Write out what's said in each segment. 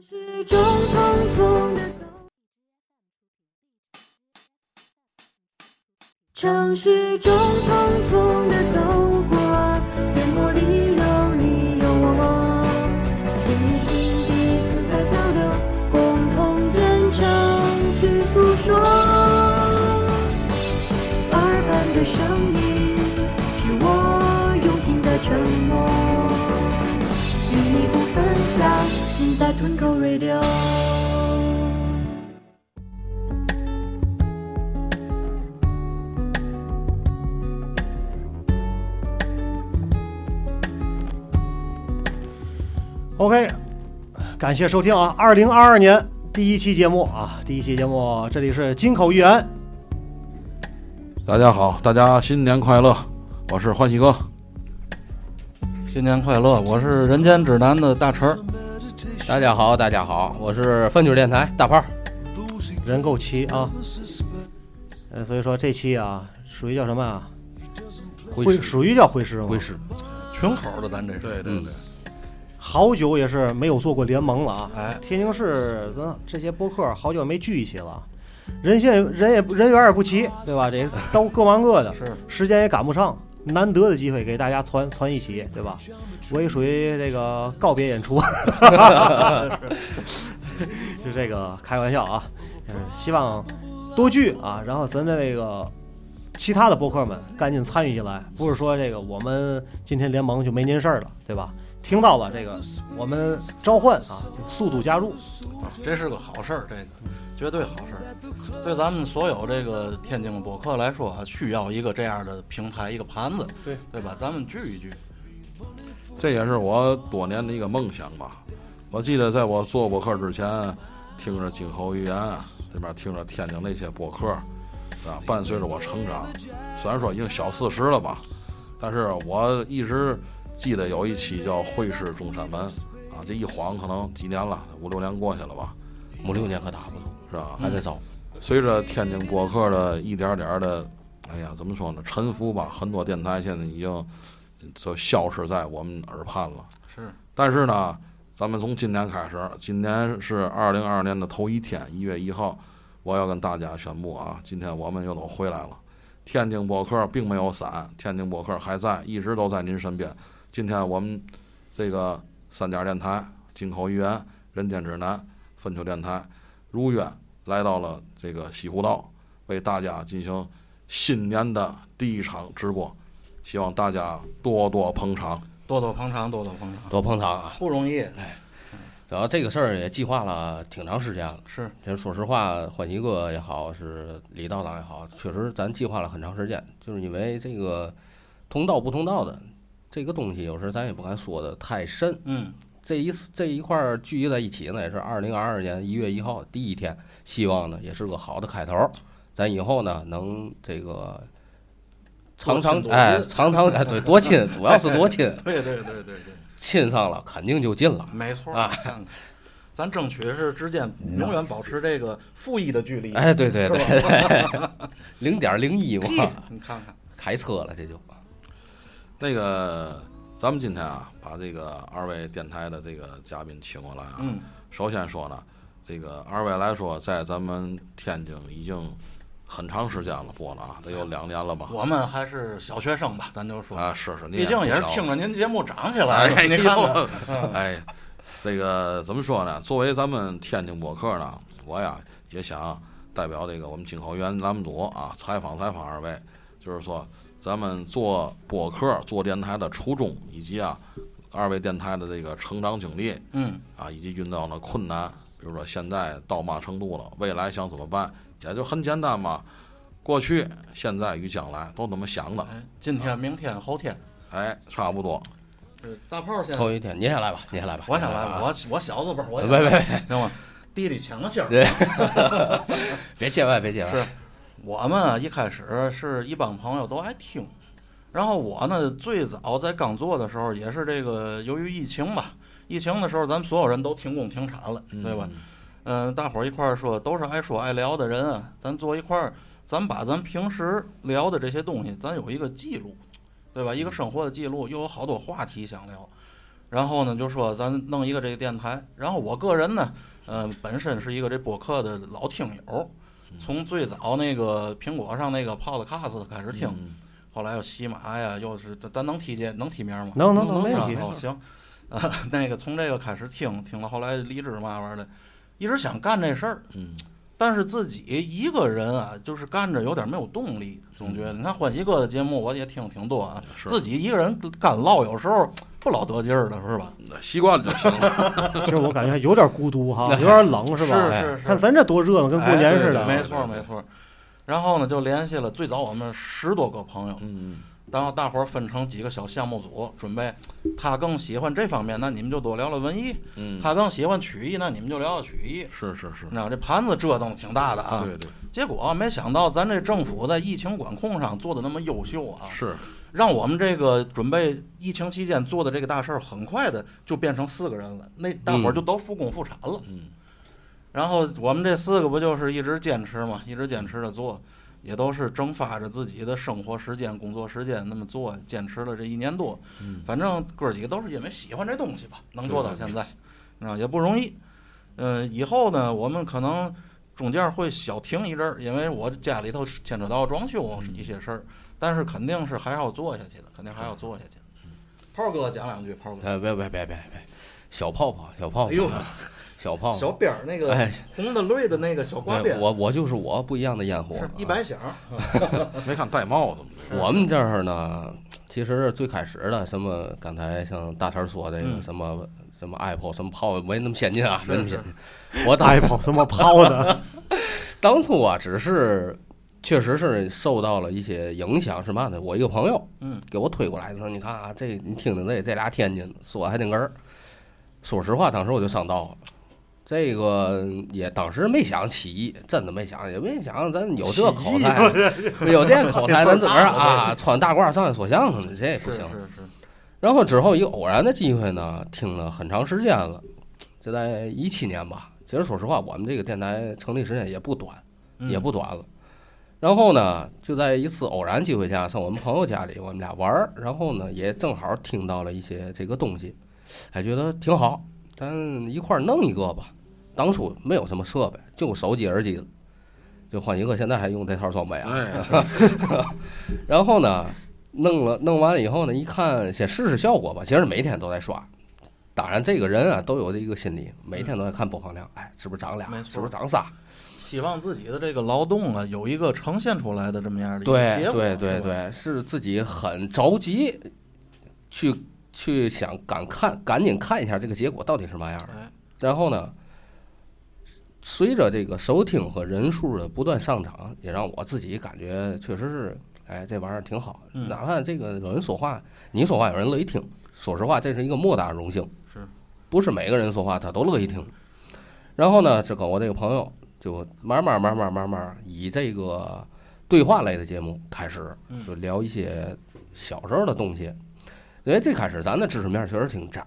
时钟匆匆地走，城市中匆匆地走过，眼眸里有你有我，心与心彼此在交流，共同真诚去诉说。耳畔的声音是我用心的承诺。与你不分享，尽在吞口 radio。 OK，感谢收听啊，二零二二年第一期节目啊，第一期节目，这里是金口玉言，大家好，大家新年快乐！我是欢喜哥，新年快乐！我是人间指南的大陈儿，大家好，大家好，我是粪球电台大炮儿。人够齐啊。呃，所以说这期啊，属于叫什么啊？会会师，属于叫会师吗？会师，群口的，咱这是。对对对，好久也是没有做过联盟了啊。哎，天津市咱这些播客好久没聚一起了，人现人也人员也不齐，对吧？这都各忙各的，是时间也赶不上，难得的机会给大家攒攒一起，对吧？我也属于这个告别演出， 就这个开玩笑啊，就是希望多聚啊，然后咱这个其他的播客们赶紧参与进来，不是说这个我们今天联盟就没您事儿了，对吧？听到了这个，我们召唤啊，速度加入，啊这是个好事儿，这个绝对好事儿，对咱们所有这个天津播客来说啊，需要一个这样的平台，一个盘子，对对吧？咱们聚一聚，这也是我多年的一个梦想吧。我记得在我做播客之前，听着金口玉言，这边听着天津那些播客，啊，伴随着我成长。虽然说已经小四十了吧，但是我一直记得有一期叫《会师中山门》，啊，这一晃可能几年了，五六年过去了吧，五六年可打不住，是吧？还在走。随着天津播客的一点点的，哎呀，怎么说呢，沉浮吧，很多电台现在已经就消失在我们耳畔了。是但是呢，咱们从今年开始，今年是二零二二年的头一天，一月一号，我要跟大家宣布啊，今天我们又都回来了。天津播客并没有散，天津播客还在，一直都在您身边。今天我们这个三家电台、金口玉言、人间指南、粪球电台，如约来到了这个西湖道，为大家进行新年的第一场直播，希望大家多多捧场。多多捧场，多多捧场，多捧场啊！不容易，主要这个事儿也计划了挺长时间了。是其实说实话，欢喜哥也好，是李道长也好，确实咱计划了很长时间，就是因为这个同道不同道的这个东西，有时咱也不敢说的太深。嗯，这一次这一块儿聚集在一起呢，也是二零二二年一月一号第一天，希望呢也是个好的开头儿。咱以后呢能这个常常多亲多哎近常 常哎对多亲，主要是多亲， 对对对对对，亲上了肯定就近了。没错啊看看咱争取是之间哎永远保持这个负一的距离，哎，对对是对吧，零点零一嘛，你看看，开车了这就。那个，咱们今天啊，把这个二位电台的这个嘉宾请过来啊。嗯，首先说呢，这个二位来说，在咱们天津已经很长时间了播了啊，得有两年了吧？我们还是小学生吧，咱就说，啊，是是，你毕竟也是不小听着您节目长起来哎的，你看看。呦哎，这个怎么说呢？作为咱们天津播客呢，我呀也想代表这个我们进口园栏目组啊，采访采访二位，就是说咱们做播客、做电台的初衷，以及啊二位电台的这个成长经历嗯，啊，以及遇到的困难，比如说现在到嘛程度了，未来想怎么办，也就很简单嘛。过去、现在与将来都怎么想的？哎，今天、明天、后天，哎，差不多。呃大炮先，头一天，你先来吧，你先来吧。 我想吧啊来，我我小子不是我别别想，别，行吗？弟弟抢个先儿。别见外，别见外。是我们啊一开始是一帮朋友都爱听，然后我呢最早在刚做的时候也是这个，由于疫情吧，疫情的时候咱们所有人都停工停产了，对吧？嗯、大伙儿一块儿说都是爱说爱聊的人啊，咱坐一块儿，咱把咱平时聊的这嗯些东西，咱有一个记录，对吧？一个生活的记录，又有好多话题想聊。然后呢，就说咱弄一个这个电台。然后我个人呢，呃，本身是一个这播客的老听友，嗯从最早那个苹果上那个 Podcast 开始听，嗯后来又喜马呀，又是咱咱能提这能提名吗？能能能没问啊题哦行， 啊，那个从这个开始听，听了后来离职嘛玩意儿的，一直想干这事儿，嗯，但是自己一个人啊，就是干着有点没有动力，总觉得。嗯你看欢喜哥的节目，我也听挺多啊，是自己一个人干唠，有时候不老得劲儿的，是吧？习惯了就行了。 其实我感觉还有点孤独 哈，那有点冷是吧？哎是是是，看咱这多热闹，跟过年似的哎啊。对对没错没错。然后呢，就联系了最早我们十多个朋友， 嗯，然后大伙儿分成几个小项目组，准备他更喜欢这方面，那你们就多聊聊文艺；嗯，他更喜欢曲艺，那你们就聊聊曲艺。是是是你，知道这盘子折腾得挺大的啊，对对结果没想到咱这政府在疫情管控上做的那么优秀啊，是，让我们这个准备疫情期间做的这个大事儿，很快的就变成四个人了，那大伙儿就都复工复产了。嗯然后我们这四个不就是一直坚持嘛，一直坚持着做，也都是蒸发着自己的生活时间、工作时间那么做，坚持了这一年多。嗯反正哥儿几个都是因为喜欢这东西吧，能做到现在，啊也不容易。嗯、以后呢，我们可能中间会小停一阵儿，因为我家里头牵扯到装修一些事儿，但是肯定是还要做下去的，肯定还要做下去。炮哥讲两句，炮哥，哎，别别别别别，小泡泡，小泡泡，哎呦，小泡小泡，边儿那个、哎红的绿的那个小挂对辫，我我就是我，不一样的焰火是，一啊百响。没看戴帽子吗？嗯我们这儿呢，其实最开始的什么，刚才像大陈说这个嗯什么什么 Apple 什么泡没那么先进啊，是没那么先进。我当爱跑什么跑 的，当初啊，只是确实是受到了一些影响，是嘛呢？我一个朋友，嗯，给我推过来的，说你看啊，这你听听这这俩天津的说得还挺哏儿。说实话，当时我就上道了。这个也当时没想起义，真的没想，也没想咱有这口才，有这 口才，咱自个儿啊穿大褂上去说相声去，这也不是行。是是，然后之后一个偶然的机会呢，听了很长时间了，就在一七年吧。其实说实话，我们这个电台成立时间也不短，嗯也不短了。然后呢，就在一次偶然机会下，上我们朋友家里，我们俩玩儿，然后呢，也正好听到了一些这个东西，还觉得挺好，咱一块儿弄一个吧。当初没有什么设备，就手机、耳机了，就换一个。现在还用这套装备啊。哎，然后呢，弄了弄完了以后呢，一看先试试效果吧。其实每天都在刷，当然这个人啊都有这一个心理，每天都在看播放量，哎，是不是涨俩没？错是不是涨仨？希望自己的这个劳动啊，有一个呈现出来的这么样的一个对结果。对对是吧，对，是自己很着急去去想赶看，赶紧看一下这个结果到底是嘛样的。哎，然后呢，随着这个收听和人数的不断上涨，也让我自己感觉确实是，哎，这玩意儿挺好。嗯哪怕这个有人说话，你说话有人乐意听，说实话，这是一个莫大的荣幸。是，不是每个人说话他都乐意听。然后呢，这个我这个朋友就慢慢慢慢慢慢以这个对话类的节目开始嗯，就聊一些小时候的东西。因为最开始咱的知识面确实挺窄，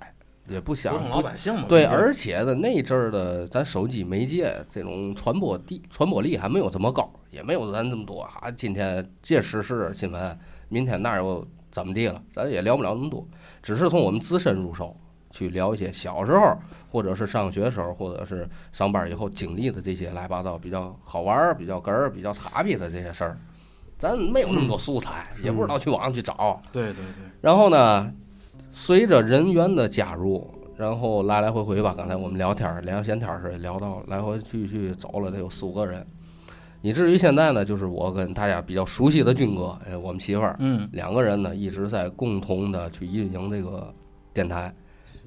也不普想通不老百姓嘛。对，就是而且呢，那阵儿的咱手机媒介这种传播地传播力还没有这么高，也没有咱这么多啊。今天这时事新闻，明天那儿又怎么地了，咱也聊不了那么多，只是从我们自身入手去聊一些小时候，或者是上学时候，或者是上班以后经历的这些来八糟比较好玩儿、比较哏儿、比较傻逼的这些事儿。咱没有那么多素材，也不知道去网上去找，对对对，然后呢，随着人员的加入，然后来来回回吧，刚才我们聊天儿聊闲天儿时聊到来回去去走了得有四五个人，以至于现在呢，就是我跟大家比较熟悉的军哥，哎，我们媳妇儿嗯，两个人呢一直在共同的去运营这个电台。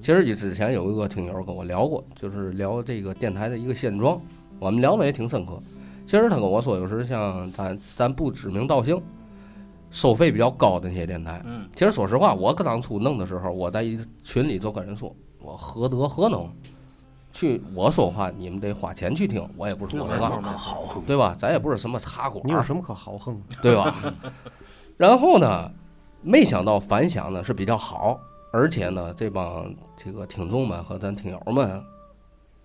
其实之前有一个听友跟我聊过，就是聊这个电台的一个现状，我们聊的也挺深刻。其实他跟我说，有时像咱咱不指名道姓，收费比较高的那些电台，嗯，其实说实话，我当初弄的时候，我在一群里就跟人说，我何德何能，去我说话你们得花钱去听，我也不是土没的错话，没错对吧？咱也不是什么茶馆，你有什么可豪横的？对吧？ 然后呢，没想到反响呢是比较好，而且呢，这帮这个听众们和咱听友们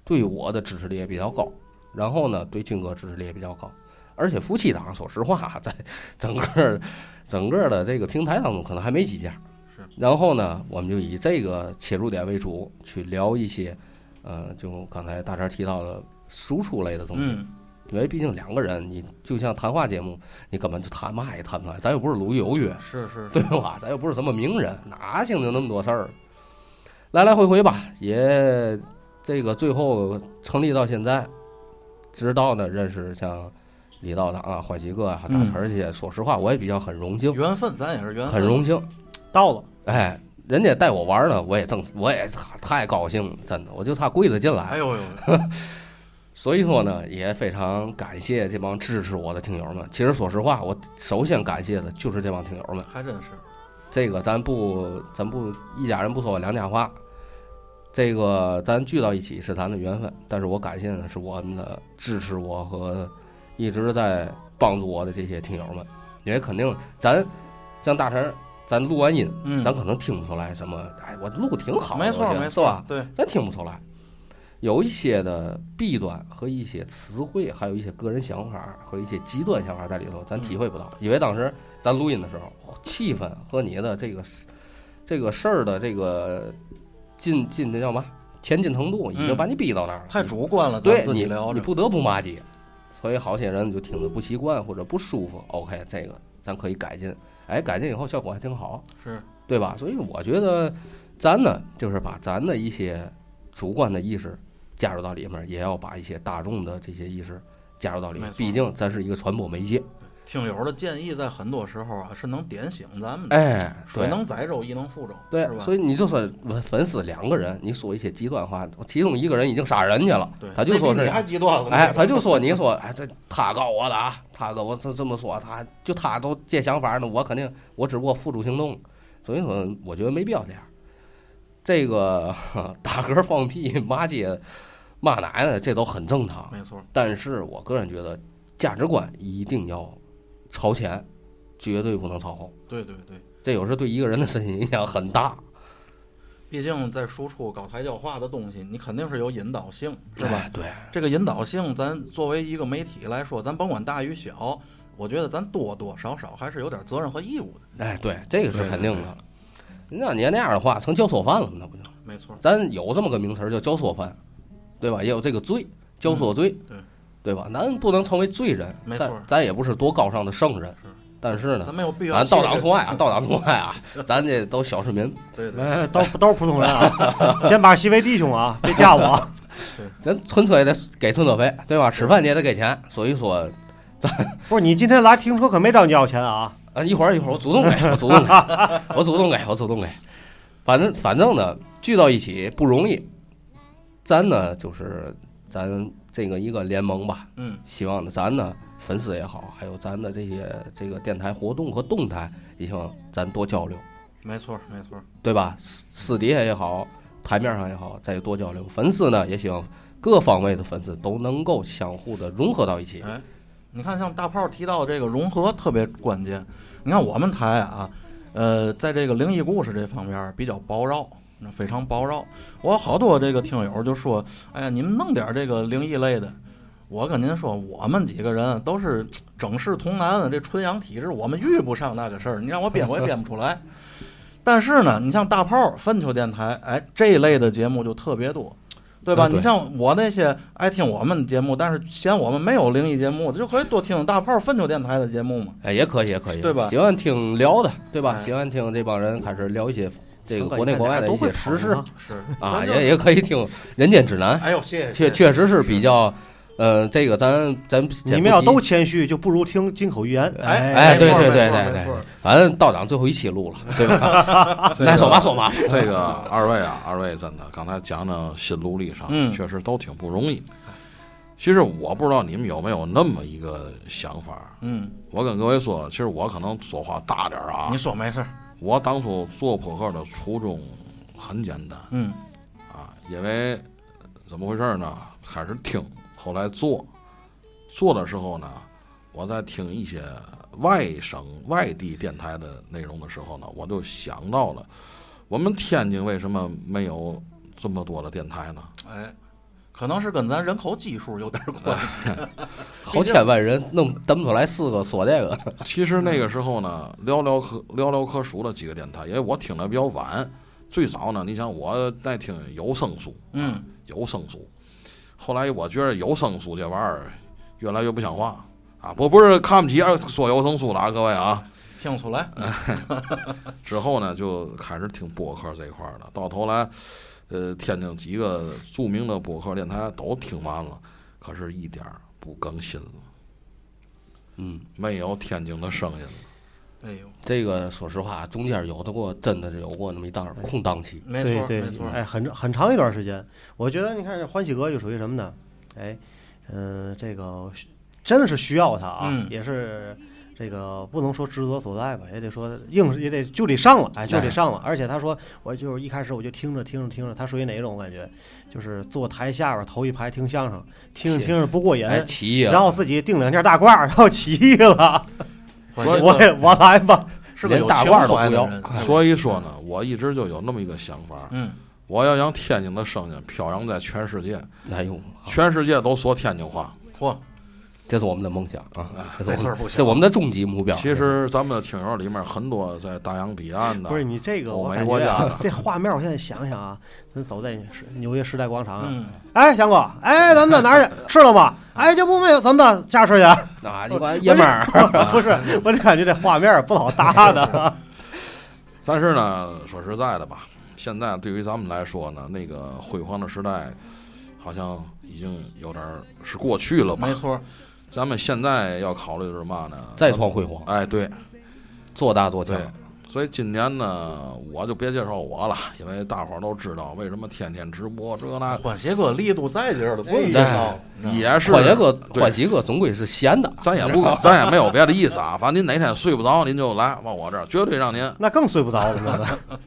对我的支持力也比较高，然后呢，对军哥支持力也比较高，而且夫啊 妻档，说实话，在整个整个的这个平台当中，可能还没几家，是然后呢，我们就以这个切入点为主，去聊一些，呃，就刚才大陈提到的输出类的东西。嗯，因为毕竟两个人，你就像谈话节目，你根本就谈嘛也谈不来，咱又不是鲁豫有约，是是对吧？咱又不是什么名人，哪清楚那么多事儿？来来回回吧，也这个最后成立到现在，直到呢认识像李道长啊、欢喜哥啊、大嗯陈儿这些，说实话我也比较很荣幸，缘分，咱也是缘分，很荣幸。到了，哎，人家带我玩儿呢，我也正我也操太高兴了，真的，我就差跪着进来。哎呦呦，所以说嗯呢，也非常感谢这帮支持我的听友们。其实说实话，我首先感谢的就是这帮听友们。还真是，这个咱不，咱不一家人不说两家话，这个咱聚到一起是咱的缘分。但是我感谢的是我们的支持我和一直在帮助我的这些听友们，因为肯定咱像大陈，咱录完音，嗯，咱可能听不出来什么，哎，我录挺好的，没我错觉得没是吧错，？对，咱听不出来。有一些的弊端和一些词汇，还有一些个人想法和一些极端想法在里头，咱体会不到。嗯因为当时咱录音的时候，气氛和你的这个这个事儿的这个进进那叫嘛前进程度，已经嗯把你逼到那儿了。太你主观了，对咱自己你聊你着，不得不骂街，所以好些人就听着不习惯或者不舒服。OK，这个咱可以改进，哎，改进以后效果还挺好，是对吧？所以我觉得咱呢，就是把咱的一些主观的意识加入到里面，也要把一些大众的这些意识加入到里面没。错毕竟咱是一个传播媒介，听友的建议，在很多时候啊是能点醒咱们的，哎，嗯水对。能载舟，亦能覆舟，是对，吧？所以你就说粉丝两个人，你说一些极端话，其中一个人已经杀人去了，对，他就说哦那比是你还极端了，哎，他就说 你说，哎，这他告我的啊，他跟我这这么说，他就他都这想法呢，我肯定我只不过付诸行动，所以说我觉得没必要这样。这个 呵打嗝放屁骂街骂奶奶，这都很正常。没错，但是我个人觉得，价值观一定要朝前，绝对不能朝后。对对对，这有时候对一个人的身心影响很大，毕竟在输出搞抬轿话的东西，你肯定是有引导性，是吧？哎？对，这个引导性，咱作为一个媒体来说，咱甭管大与小，我觉得咱多多少少还是有点责任和义务的。哎，对，这个是对肯对定的。那你要那样的话，成教唆犯了，那不就？没错，咱有这么个名词儿叫教唆犯，对吧？也有这个罪，教唆罪，嗯对对吧？咱不能成为罪人，没但错咱也不是多高尚的圣人，但是呢咱，没有必要咱借道这。党除外啊，道党除外啊，咱这都小市民， 对对，呃，都都是普通人啊， 先把席为弟兄啊，别架我 啊。咱存车也得给存车费，对吧？吃饭你也得给钱，所以说，不是你今天来停车可没找你要钱啊，啊，一会儿一会儿我主动给，我主动给，我主动给，我主动给，反正反正呢，聚到一起不容易，咱呢就是咱这个一个联盟吧，嗯，希望呢，咱呢粉丝也好，还有咱的这些这个电台活动和动态，也希望咱多交流，没错没错，对吧？私私底下也好，台面上也好，再多交流。粉丝呢，也希望各方位的粉丝都能够相互的融合到一起。哎，你看像大炮提到这个融合特别关键。你看我们台啊，呃，在这个灵异故事这方面比较包绕，那非常包绕。我有好多这个听友就说，哎呀，你们弄点这个灵异类的。我跟您说，我们几个人都是整世童男的，这纯阳体质，我们遇不上那个事儿。你让我编，我也编不出 来。但是呢，你像大炮、粪球电台，哎，这一类的节目就特别多，对吧？啊对你像我那些爱听我们节目，但是嫌我们没有灵异节目，就可以多听听大炮、粪球电台的节目嘛。哎，也可以，也可以，对吧喜欢听聊的，对吧？哎喜欢听这帮人开始聊一些这个行吧国内国外的一些时事都会捧啊是啊，咱就也也可以听《人间指南哎呦，谢谢，》，确谢谢确实是比较，呃，这个咱咱先你们不要提都谦虚，就不如听金口玉言。哎哎，没对错对没对错对没对错，反正道长最后一期录了，对吧？这那个说吧说吧，这个二位啊，二位真的刚才讲的心路历程，嗯确实都挺不容易。其实我不知道你们有没有那么一个想法，嗯，我跟各位说，其实我可能说话大点儿啊你。说没事儿，我当初做扑克的初衷很简单嗯啊，因为呃怎么回事呢？开始听，后来做，做的时候呢，我在听一些外省外地电台的内容的时候呢，我就想到了，我们天津为什么没有这么多的电台呢？哎，可能是跟咱人口基数有点儿关系。啊好千万人弄蹬不出来四个说这个，其实那个时候呢，寥寥可寥寥可数的几个电台，因为我听的比较晚，最早呢，你想我在听有声书，嗯，有声书，后来我觉得有声书这玩意儿越来越不像话啊，我不是看不起啊说有声书了啊，各位啊，听不出来。之后呢就开始听播客这一块儿了，到头来，呃，天津几个著名的播客电台都听完了，可是一点儿不更新了，嗯，没有天津的声音了。哎呦，这个说实话，中间有的过，真的是有过那么一段空档期。没对错儿，对没错，儿。哎，很很长一段时间，我觉得你看这欢喜哥就属于什么呢？哎，嗯、这个需真的是需要他啊，嗯也是这个不能说职责所在吧，也得说硬是也得就得上了，哎，就得上了。而且他说，我就是一开始我就听着听着听着，他属于哪种感觉？就是坐台下边头一排听相声，听着听着不过瘾。哎，起义啊然了，后自己订两件大褂，然后 起义了。关键我也我来吧，是个有连大情褂都怀不的要人。嗯所以说呢，我一直就有那么一个想法，嗯，我要让天津的声音飘扬在全世界，哎呦，好全世界都说天津话。嚯，这是我们的梦想啊，这是我这事儿们不行这是我们的终极目标。其实咱们的听友里面很多在大洋彼岸的，不是你这个，欧我美感国觉家啊的这画面，我现在想想啊，咱走在时纽约时代广场啊，嗯，哎，翔哥，哎，咱们到哪儿去？吃了吗？哎，这不没有，咱们到家吃去。啊，你管爷们儿， 不是，我就感觉这画面不老搭的。啊但是呢，说实在的吧，现在对于咱们来说呢，那个辉煌的时代，好像已经有点儿是过去了吧没。错儿，咱们现在要考虑的是嘛呢？再创辉煌，哎，对做大做强对。。所以今年呢，我就别介绍我了，因为大伙儿都知道为什么天天直播这 那欢喜哥力度在这儿了，不哎用介绍了。也是欢爷哥，对欢喜哥总归是闲的，啊咱也不，咱也没有别的意思啊。反正您哪天睡不着，您就来往我这儿，绝对让您。那更睡不着了，那个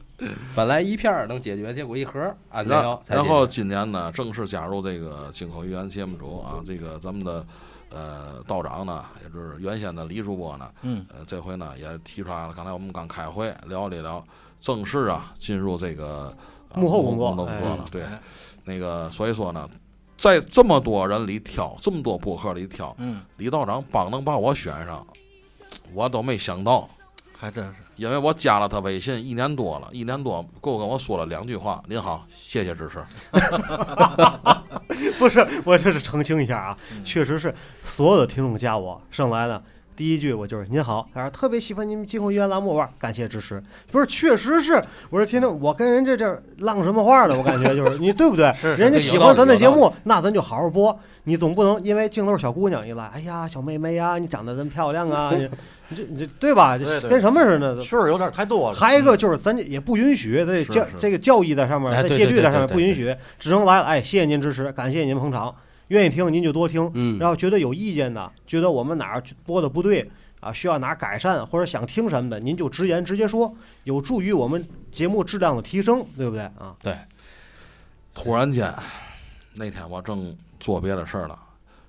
本来一片儿能解决，结果一盒儿按然照然后今年呢，正式加入这个进口语言节目组啊，这个咱们的呃道长呢，也就是原先的李主播呢，嗯，呃，这回呢也提出来了。刚才我们刚开会聊了一聊，正式啊进入这个、呃幕后工作幕后工作了。对哎，那个所以说呢，在这么多人里挑，这么多博客里挑，嗯，李道长帮能把我选上，我都没想到。还真是。因为我加了他微信一年多了，一年多够跟我说了两句话：“您好，谢谢支持。 不是，我这是澄清一下啊，嗯确实是所有的听众加我上来了。第一句我就是您好，啊，特别喜欢您们今后原栏目吧，感谢支持。不是，确实是，我说听着，我跟人这这儿浪什么话的，我感觉就是你对不 对？是是人家这喜有欢道咱理的有节道理目，那咱就好好播。你总不能因为镜头小姑娘一来，哎呀，小妹妹呀，你长得真漂亮啊， 你你这你这对吧？这对对跟什么似的？事儿有点太多了，还有一个就是，咱这也不允许，这是教是这个教义在上面，哎在对戒律在上面对对对不允许，只能来了。哎，谢谢您支持，感谢您捧场，愿意听您就多听，嗯然后觉得有意见的，觉得我们哪儿播的不对啊，需要哪儿改善或者想听什么的，您就直言直接说，有助于我们节目质量的提升，对不对啊？对，”突然间，那天我正做别的事儿了，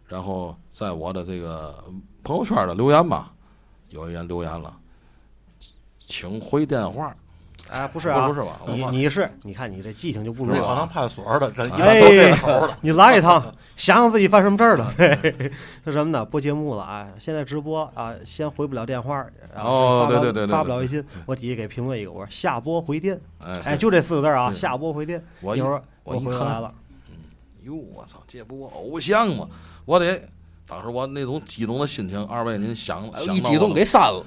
然后在我的这个朋友圈的留言吧，有一人留言了，请回电话。哎，不是啊，不是吧？你我你是你看你这记性就不如那可我能啊，派出所的人一般都哎这头儿了。，你来一趟，想想自己犯什么事儿了， 对，是什么呢？播节目了啊，现在直播啊，先回不了电话，然后哦发不了对对对对发不了微信，我底下给评论一个，我说下播回电，哎，哎，就这四个字儿啊，对下播回电，我一一会儿我一回看来了，哟，我操，这不我偶像吗？我得。当时我那种激动的心情，二位您想哎想呦到一激动我给删了，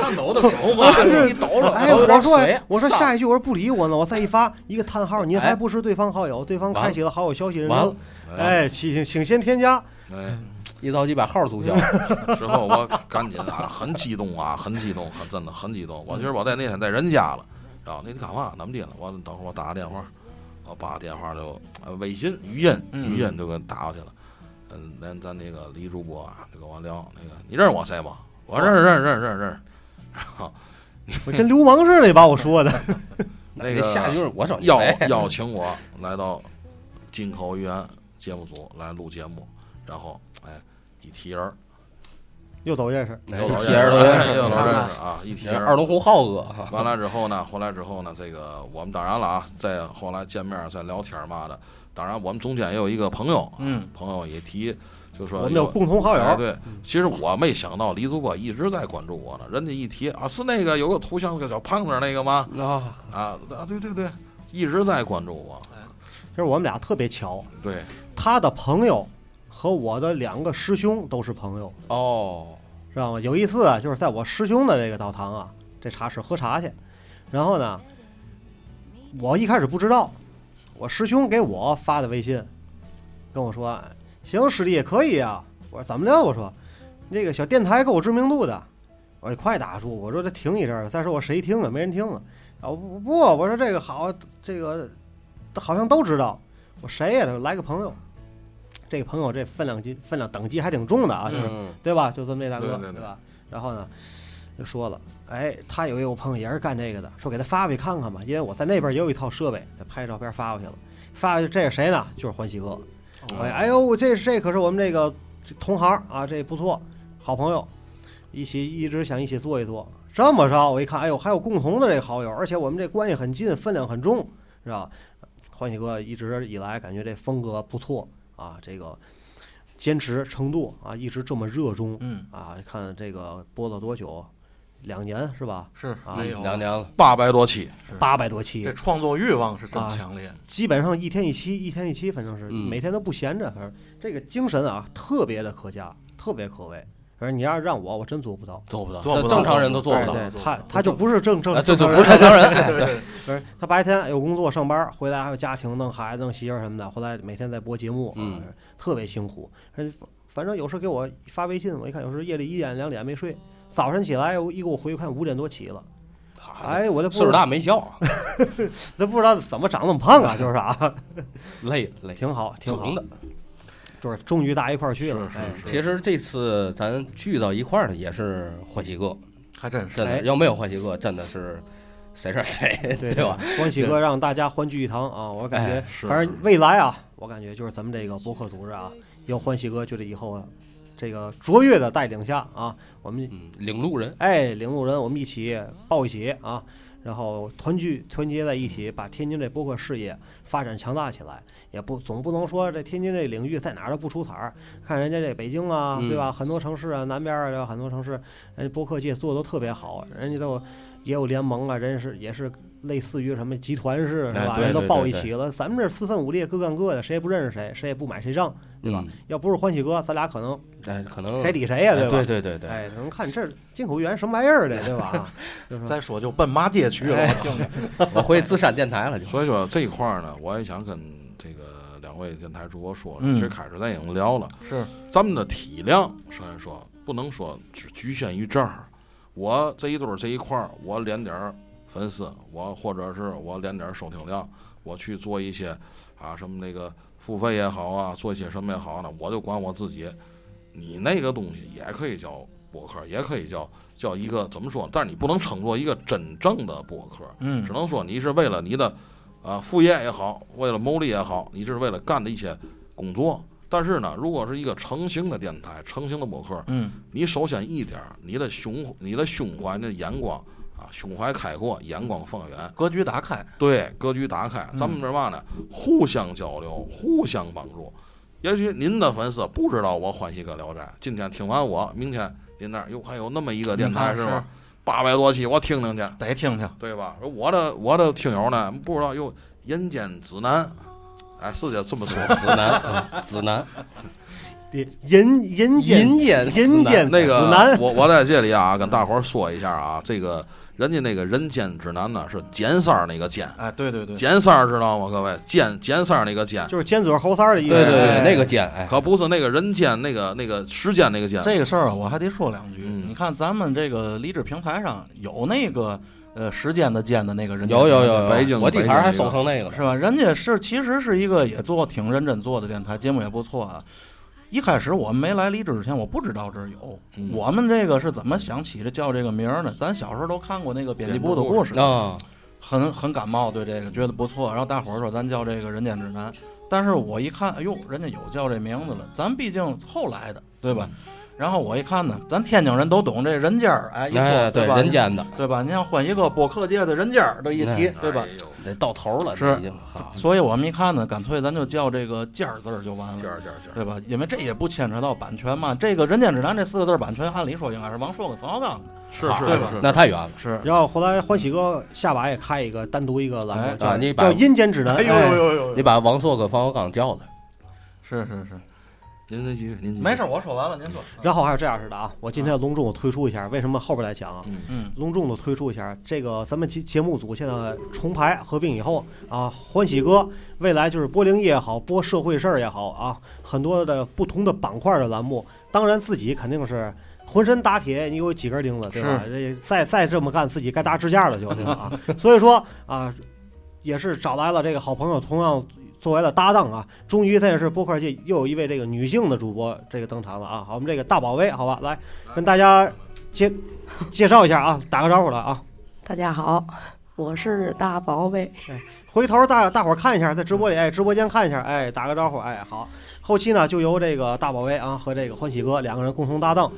看抖的手 嘛，一抖了，哎，手有我点说水我说散下一句我说不理我呢，我再一发一个叹号，哎您还不是对方好友，对方完了开启了好友消息人完了流，哎，请请先添加，哎，一着急把号注销，之后我赶紧啊，很激动啊，很激动，很真的很激动。我觉得我在那天在人家了，然后那你干嘛？怎么的了？我等会儿我打个电话，我把电话就呃微信语音嗯语音就给打过去了。嗯，咱咱那个李主播啊，就跟我聊那个，你认识我谁吗？我认识认识认识认识认识。然后我跟流氓似的，把我说的， 那你个下一句我找你邀哦谁邀请我来到进口语言节目组来录节目，然后哎一提人儿，又都认 识。哎又老一认识提耳朵了，眼又老认识啊，一提二龙湖浩哥 哈，完了之后呢，回来之后呢，这个我们当然了啊，再后来见面再聊天嘛的，当然我们中间也有一个朋友，嗯，朋友也提，就说我们有共同好哎友，对，其实我没想到李主播一直在关注我呢，人家一提啊，是那个有个头像个小胖子那个吗？啊，啊啊，对对对，一直在关注我，其实我们俩特别巧，对，他的朋友和我的两个师兄都是朋友，哦，知道吗？有一次啊，就是在我师兄的这个道堂啊，这茶室喝茶去，然后呢，我一开始不知道，我师兄给我发的微信，跟我说：“行，师弟也可以啊。”我说：“怎么了？”我说：“那个小电台够有知名度的。”我说：“快打住！”我说：“这停一阵儿了，再说我谁听啊？没人听啊。”啊不不，我说这个好，这个好像都知道。我谁呀、他说来个朋友，这个朋友这分量级分量等级还挺重的啊，就是嗯，对吧？就这么这大哥，对对对吧？然后呢，就说了，哎，他有一个朋友也是干这个的，说给他发过去看看吧，因为我在那边也有一套设备，他拍照片发过去了，发过去这是谁呢？就是欢喜哦哥，哎，哎呦，这这可是我们这个同行啊，这不错，好朋友，一起一直想一起做一做。这么着，我一看，哎呦，还有共同的这个好友，而且我们这关系很近，分量很重，是吧？欢喜哥一直以来感觉这风格不错啊，这个坚持程度啊，一直这么热衷，嗯啊，看这个播了多久，两年是吧？是啊没有两年了，八百多期，八百多期这，创作欲望是真啊强烈，基本上一天一期，一天一期，反正是嗯每天都不闲着，反正这个精神啊，特别的可嘉，特别可畏。反正你要是让我，我真做不到。做不到，做不这到正常人都做不对到，对做不他到他就不是正正啊，这正就常不人是正常人，哎对对，不是他白天有工作上班，回来还有家庭弄孩子弄媳妇儿什么的，回来每天在播节目，嗯啊，特别辛苦。而且反正有时候给我发微信，我一看，有时候夜里一点两点没睡，早晨起来我一给我回去看五点多起了，哎，哎，我这不岁数大没笑啊，这不知道怎么长那么胖啊，就是啊， 累累，挺好，挺好肿的。。就是终于大家一块儿去了，是是哎，其实这次咱聚到一块儿呢，也是欢喜哥，还真是真哎的要没有欢喜哥，真的是谁是谁，对对吧？？欢喜哥让大家欢聚一堂啊！我感觉哎，是反正未来啊，我感觉就是咱们这个播客组织啊，有欢喜哥就得以后啊，这个卓越的带领下啊，我们嗯，领路人，哎领路人，我们一起抱一起啊，然后团聚团结在一起，把天津这播客事业发展强大起来。也不总不能说这天津这领域在哪儿都不出彩儿，看人家这北京啊，嗯对吧？很多城市啊，南边儿啊，对吧很多城市，人家播客界做的都特别好，人家都呃也有联盟啊，人是也是类似于什么集团式是哎吧？对人都对抱对一起了，咱们这四分五裂，各干各的，谁也不认识谁，谁也不买谁账，对吧？嗯？要不是欢喜哥，咱俩可能哎，可能谁理谁呀、哎吧？对对对，哎，能看这进口源什么玩意儿的，对吧？就是说再说就奔骂街去了，哎我听着。我回自山电台了就。所以说这一块儿呢，我也想跟这个两位电台主播说，嗯其实开始咱已经聊了，是咱们的体量，首先说不能说只局限于这儿。我这一堆儿这一块儿，我连点儿粉丝，我或者是我连点儿收听量，我去做一些啊什么那个付费也好啊，做一些什么也好呢，我就管我自己。你那个东西也可以叫博客，也可以叫叫一个怎么说？但是你不能称作一个真正的博客，嗯只能说你是为了你的啊副业也好，为了牟利也好，你是为了干的一些工作。但是呢，如果是一个成型的电台、成型的博客，嗯，你首先一点儿，你的胸、你的胸怀、你的眼光啊，胸怀开阔，眼光放远，格局打开，对格局打开。嗯咱们这嘛呢，互相交流，互相帮助。也许您的粉丝不知道我欢喜哥聊斋，今天听完我，明天您那儿又还有那么一个电台嗯是是吧？八百多期，我听听去。得听听。对吧？我的我的听友呢，不知道又人间指南，哎，是叫这么说指南，嗯指南，人人间银剑，人间那指南个，我我在这里啊，跟大伙儿说一下啊，这个人家那个人间指南呢是简三儿那个简，哎，对对对，简三儿知道吗？各位，简简三儿那个简，就是尖嘴猴腮儿的意对思。对对哎，那个剑，哎，可不是那个人间那个那个时间那个间，这个事儿啊我还得说两句。嗯你看咱们这个离职平台上有那个呃时间的间的那个人，有有有北有，京我地北京盘还这个收成那个了是吧？人家是其实是一个也做挺认真做的电台，节目也不错啊。一开始我们没来离职之前，我不知道这儿有。嗯我们这个是怎么想起的叫这个名儿呢？咱小时候都看过那个编辑部的故事，啊，很很感冒，对这个觉得不错。然后大伙儿说咱叫这个人间指嗯南，但是我一看，哎呦，人家有叫这名字了，咱毕竟后来的，对吧？然后我一看呢，咱天津人都懂这人尖儿，哎，一说、哎，对，吧？人间的，对吧？你像换一个播客界的人尖儿都一提，哎对吧？哎呦得到头了，是已经好所以我们一看呢，干脆咱就叫这个尖儿字儿就完这了，样这样这样，对吧？因为这也不牵扯到版权嘛。这个《人间指南》这四个字儿版权，按理说应该是王朔跟冯小刚的，是好是对是吧是，那太远了。是然后后来欢喜哥下把也开一个单独一个栏目，哎叫啊你把叫阴间指南。哎呦呦你把王朔跟方小刚叫来，是是是，您您继续，您继续没事，，我说完了，您说。然后还有这样式的啊，我今天隆重我推出一下，为什么后边来讲啊？嗯，嗯，隆重的推出一下，这个咱们节节目组现在重排合并以后啊，欢喜哥未来就是播灵异也好，播社会事儿也好啊，很多的不同的板块的栏目，当然自己肯定是浑身打铁，你有几根钉子对吧？这再再这么干，自己该搭支架了就对吧？啊，所以说啊，也是找来了这个好朋友，同样。作为了搭档啊，终于这也是播客界又有一位这个女性的主播这个登场了啊！好，我们这个大宝威，好吧，来跟大家介介绍一下啊，打个招呼了啊。大家好，我是大宝贝。回头大大伙儿看一下，在直播里，哎，直播间看一下，哎，打个招呼，哎，好。后期呢，就由这个大宝威啊和这个欢喜哥两个人共同搭档，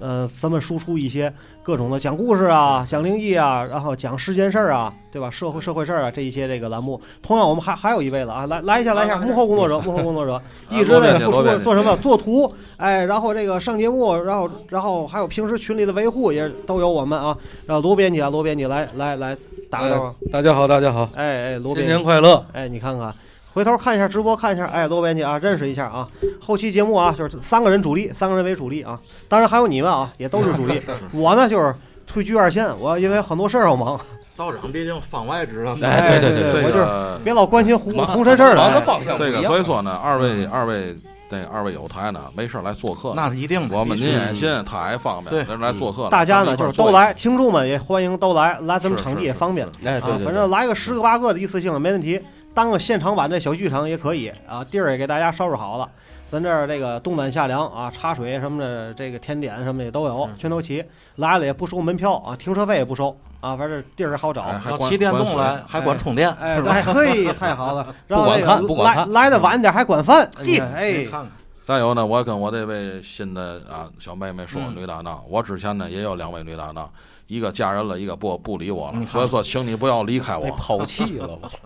呃，咱们输出一些各种的讲故事啊、讲灵异啊，然后讲世间事儿啊，对吧？社会社会事儿啊这一些这个栏目。同样，我们还还有一位了啊，来来一下，来一下，幕后工作者，幕后工作者一直在付出罗编辑做什么？罗编辑做图，哎，然后这个上节目，然后然后还有平时群里的维护也都有我们啊。然后罗编辑啊，罗编辑来来来打个招呼，大家好，大家好，哎哎，罗新编辑年。快乐！哎，你看看，回头看一下直播，看一下，哎，罗编辑啊，认识一下啊。后期节目啊，就是三个人主力，三个人为主力啊。当然还有你们啊，也都是主力。我呢就是退居二线，我因为很多事儿要忙，道长毕竟方外职了嘛，哎，对对对对，我这就是个别老关心红忙红尘事儿忙的了。方向不这一个，样所以说呢，二嗯位二位那个二位有台呢，没事儿来做客，那是一定 的。我们必您须眼线他还方对便，咱来做客了，嗯大家呢咱就是们一块儿都做一来，听众们也欢迎都来，来咱们是场地是也是方便哎，对啊，对反对正，来个十个八个的一次性没问题，当个现场版这小剧场也可以啊，地儿也给大家收拾好了。咱这儿这个冬暖夏凉啊，茶水什么的，这个甜点什么的也都有，全都齐。来了也不收门票啊，停车费也不收啊，反正地儿也好找。哎还要管骑电动管来，还管充电，哎，是 吧哎嘿，太好了！然后不管这看不个管来看来的晚点还管饭，嘿，嘿，哎你，看看，再有呢，我跟我这位新的啊小妹妹说，嗯女搭档，我之前呢也有两位女搭档，一个嫁人了，一个不不理我你了，看所以说，请你不要离开被我。抛弃了，我操！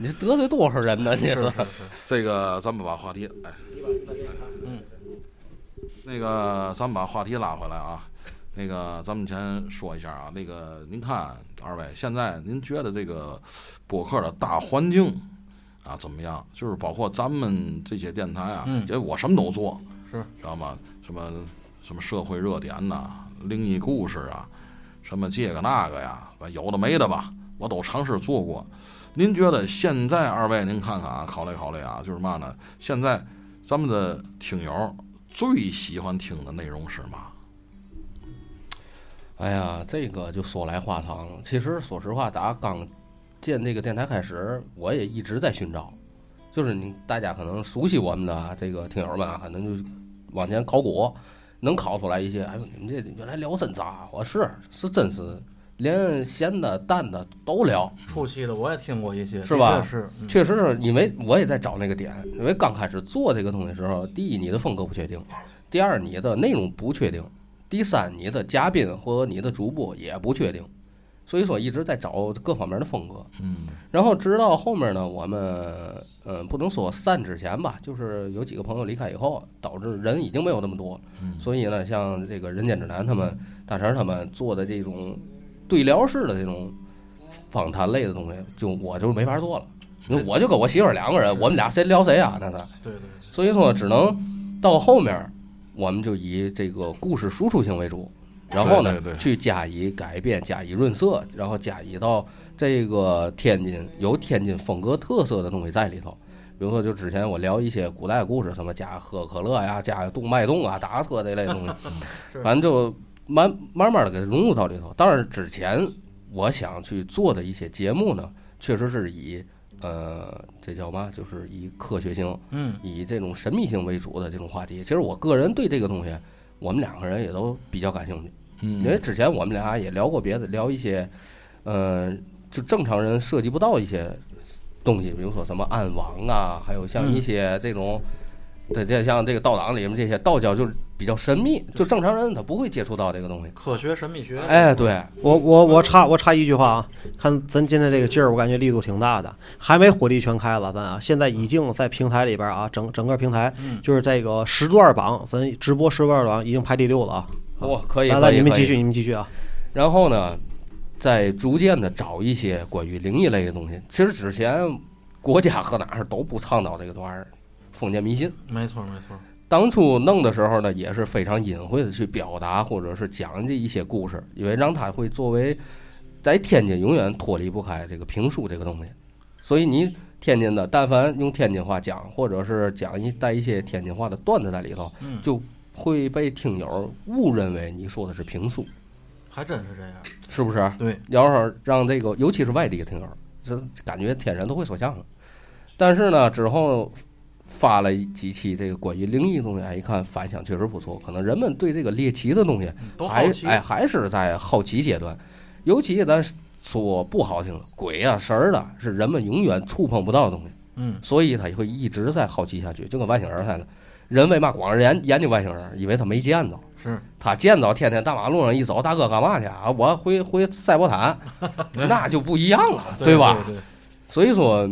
你这得罪多少人呢？你是这个咱们把话题，哎，嗯，那个咱们把话题拉回来啊。那个，咱们先说一下啊。那个，您看二位，现在您觉得这个播客的大环境啊怎么样？就是包括咱们这些电台啊，嗯因为我什么都做，是知道吗？什么什么社会热点呐、灵异故事啊，什么这个那个呀，完有的没的吧，我都尝试做过。您觉得现在二位您看看啊，考虑考虑啊，就是嘛呢？现在咱们的听友最喜欢听的内容是嘛？ 哎呀，这个就说来话长了。其实说实话，打刚建这个电台开始，我也一直在寻找，就是你大家可能熟悉我们的啊这个听友们啊，可能就往前考古，能考出来一些。哎呦，你们这原来聊真杂，我是是真是连咸的淡的都聊。初期的我也听过一些，是吧的确是，嗯确实是因为我也在找那个点，因为刚开始做这个东西的时候，第一你的风格不确定，第二你的内容不确定，第三你的嘉宾和你的主播也不确定，所以说一直在找各方面的风格。嗯，然后直到后面呢，我们嗯、呃不能说散之前吧，就是有几个朋友离开以后，导致人已经没有那么多了。嗯所以呢，像这个人间指南他们、大成他们做的这种对聊式的这种访谈类的东西，就我就没法做了。因为我就跟我媳妇儿两个人，我们俩谁聊谁啊？那是，对对，所以说只能到后面，我们就以这个故事输出性为主，然后呢对对对去加以改变、加以润色，然后加以到这个天津有天津风格特色的东西在里头。比如说，就之前我聊一些古代故事，什么加喝可乐呀、加动脉动啊、打车这类东西 是，反正就慢慢慢的给它融入到里头。当然，之前我想去做的一些节目呢，确实是以呃，这叫嘛，就是以科学性嗯以这种神秘性为主的这种话题。其实我个人对这个东西，我们两个人也都比较感兴趣，因为嗯，之前我们俩也聊过别的，聊一些，呃，就正常人涉嗯及不到一些东西，比如说什么暗网啊，还有像一些这种对，这像这个道党里面这些道教就是比较神秘，就正常人他不会接触到这个东西。科学神秘学，哎，对，我我我插我插一句话啊，看咱今天这个劲儿，我感觉力度挺大的，还没火力全开了，咱啊，现在已经在平台里边啊，整整个平台嗯就是这个时段榜，咱直播时段榜已经排第六了啊。哇，可以，来可来，以，你们可以继续，。你们继续啊。然后呢，再逐渐的找一些关于灵异类的东西。其实之前国家和哪儿都不倡导这个玩意儿，封建迷信。没错没错，当初弄的时候呢，也是非常隐晦的去表达，或者是讲这一些故事，因为让它会作为在天津永远脱离不开这个评书这个东西。所以你天津的，但凡用天津话讲，或者是讲一带一些天津话的段子在里头，嗯，就会被听友误认为你说的是评书，还真是这样。是不是？对，要是让这个，尤其是外地的听友，这感觉天然都会说相声。但是呢，之后发了几期这个关于灵异的东西，哎，一看反响确实不错。可能人们对这个猎奇的东西都好还奇，哎还是在好奇阶段，尤其咱说不好听，鬼啊神儿的是人们永远触碰不到的东西，嗯，所以他会一直在好奇下去，就跟外星人似的。人为嘛光是研研究外星人，以为他没见着。是他见着天天大马路上一走，大哥干嘛去啊？我回回赛博 坦，那就不一样了，吧？对对，所以说，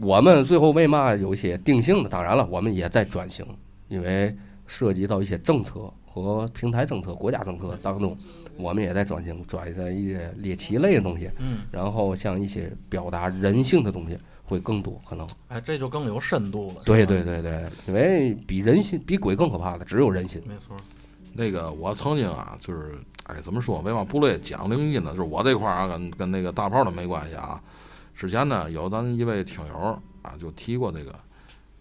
我们最后为嘛有一些定性的？当然了，我们也在转型，因为涉及到一些政策和平台政策、国家政策当中，我们也在转型，转向一些猎奇类的东西，嗯，然后像一些表达人性的东西会更多，可能。哎，这就更有深度了。对是吧，对对对，因为比人心、比鬼更可怕的只有人心。没错，那个我曾经啊，就是哎，怎么说？为嘛部队讲灵异呢？就是我这块儿啊，跟跟那个大炮儿的没关系啊。之前呢，有咱一位听友儿啊，就提过这个，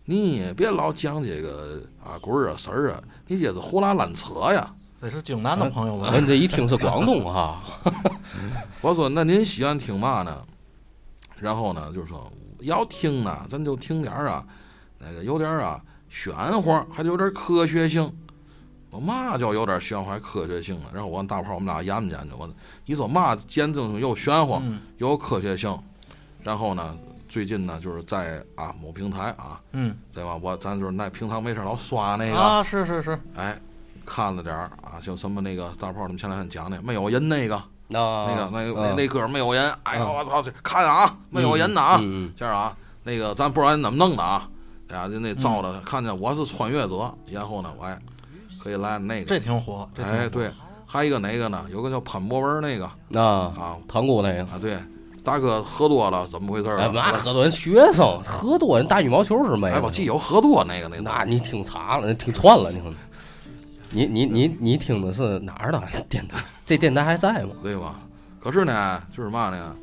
你也别老讲这个啊鬼儿啊神儿啊，你这是胡拉乱扯呀。这是济南的朋友 我啊们，们这一听是广东啊，我说那您喜欢听嘛呢？然后呢，就说要听呢，咱就听点儿啊，那个有点儿啊玄乎，还得有点儿科学性。我嘛叫有点儿玄乎还科学性呢？然后我跟大炮我们俩研究研究，我你说嘛见证又玄乎嗯又有科学性，然后呢，最近呢就是在啊某平台啊，嗯对吧？我咱就是那平常没事儿老刷那个，啊，是是是，哎，看了点儿啊，像什么那个大炮他们前两天讲的没有人那个，那那个那个啊那那哥们儿没有人，哎呀，啊我操，这看啊，没有人的啊，嗯嗯这样啊，那个咱不知道人怎么弄的啊，哎呀，就那照的，看见我是穿越者，然后呢，我哎，可以来那个，这挺火，这挺哎，火，对，还有一个哪个呢？有个叫潘博文那个那啊塘沽那个，啊，对，大哥喝多了，怎么回事哎啊？妈，河多人学生，河多人打羽毛球是没有。哎，我记得有喝多那个那个，那你听岔了，听串了，你可能。你你你你听的是哪儿的电台？这电台还在吗？对吧？可是呢，就是嘛呢，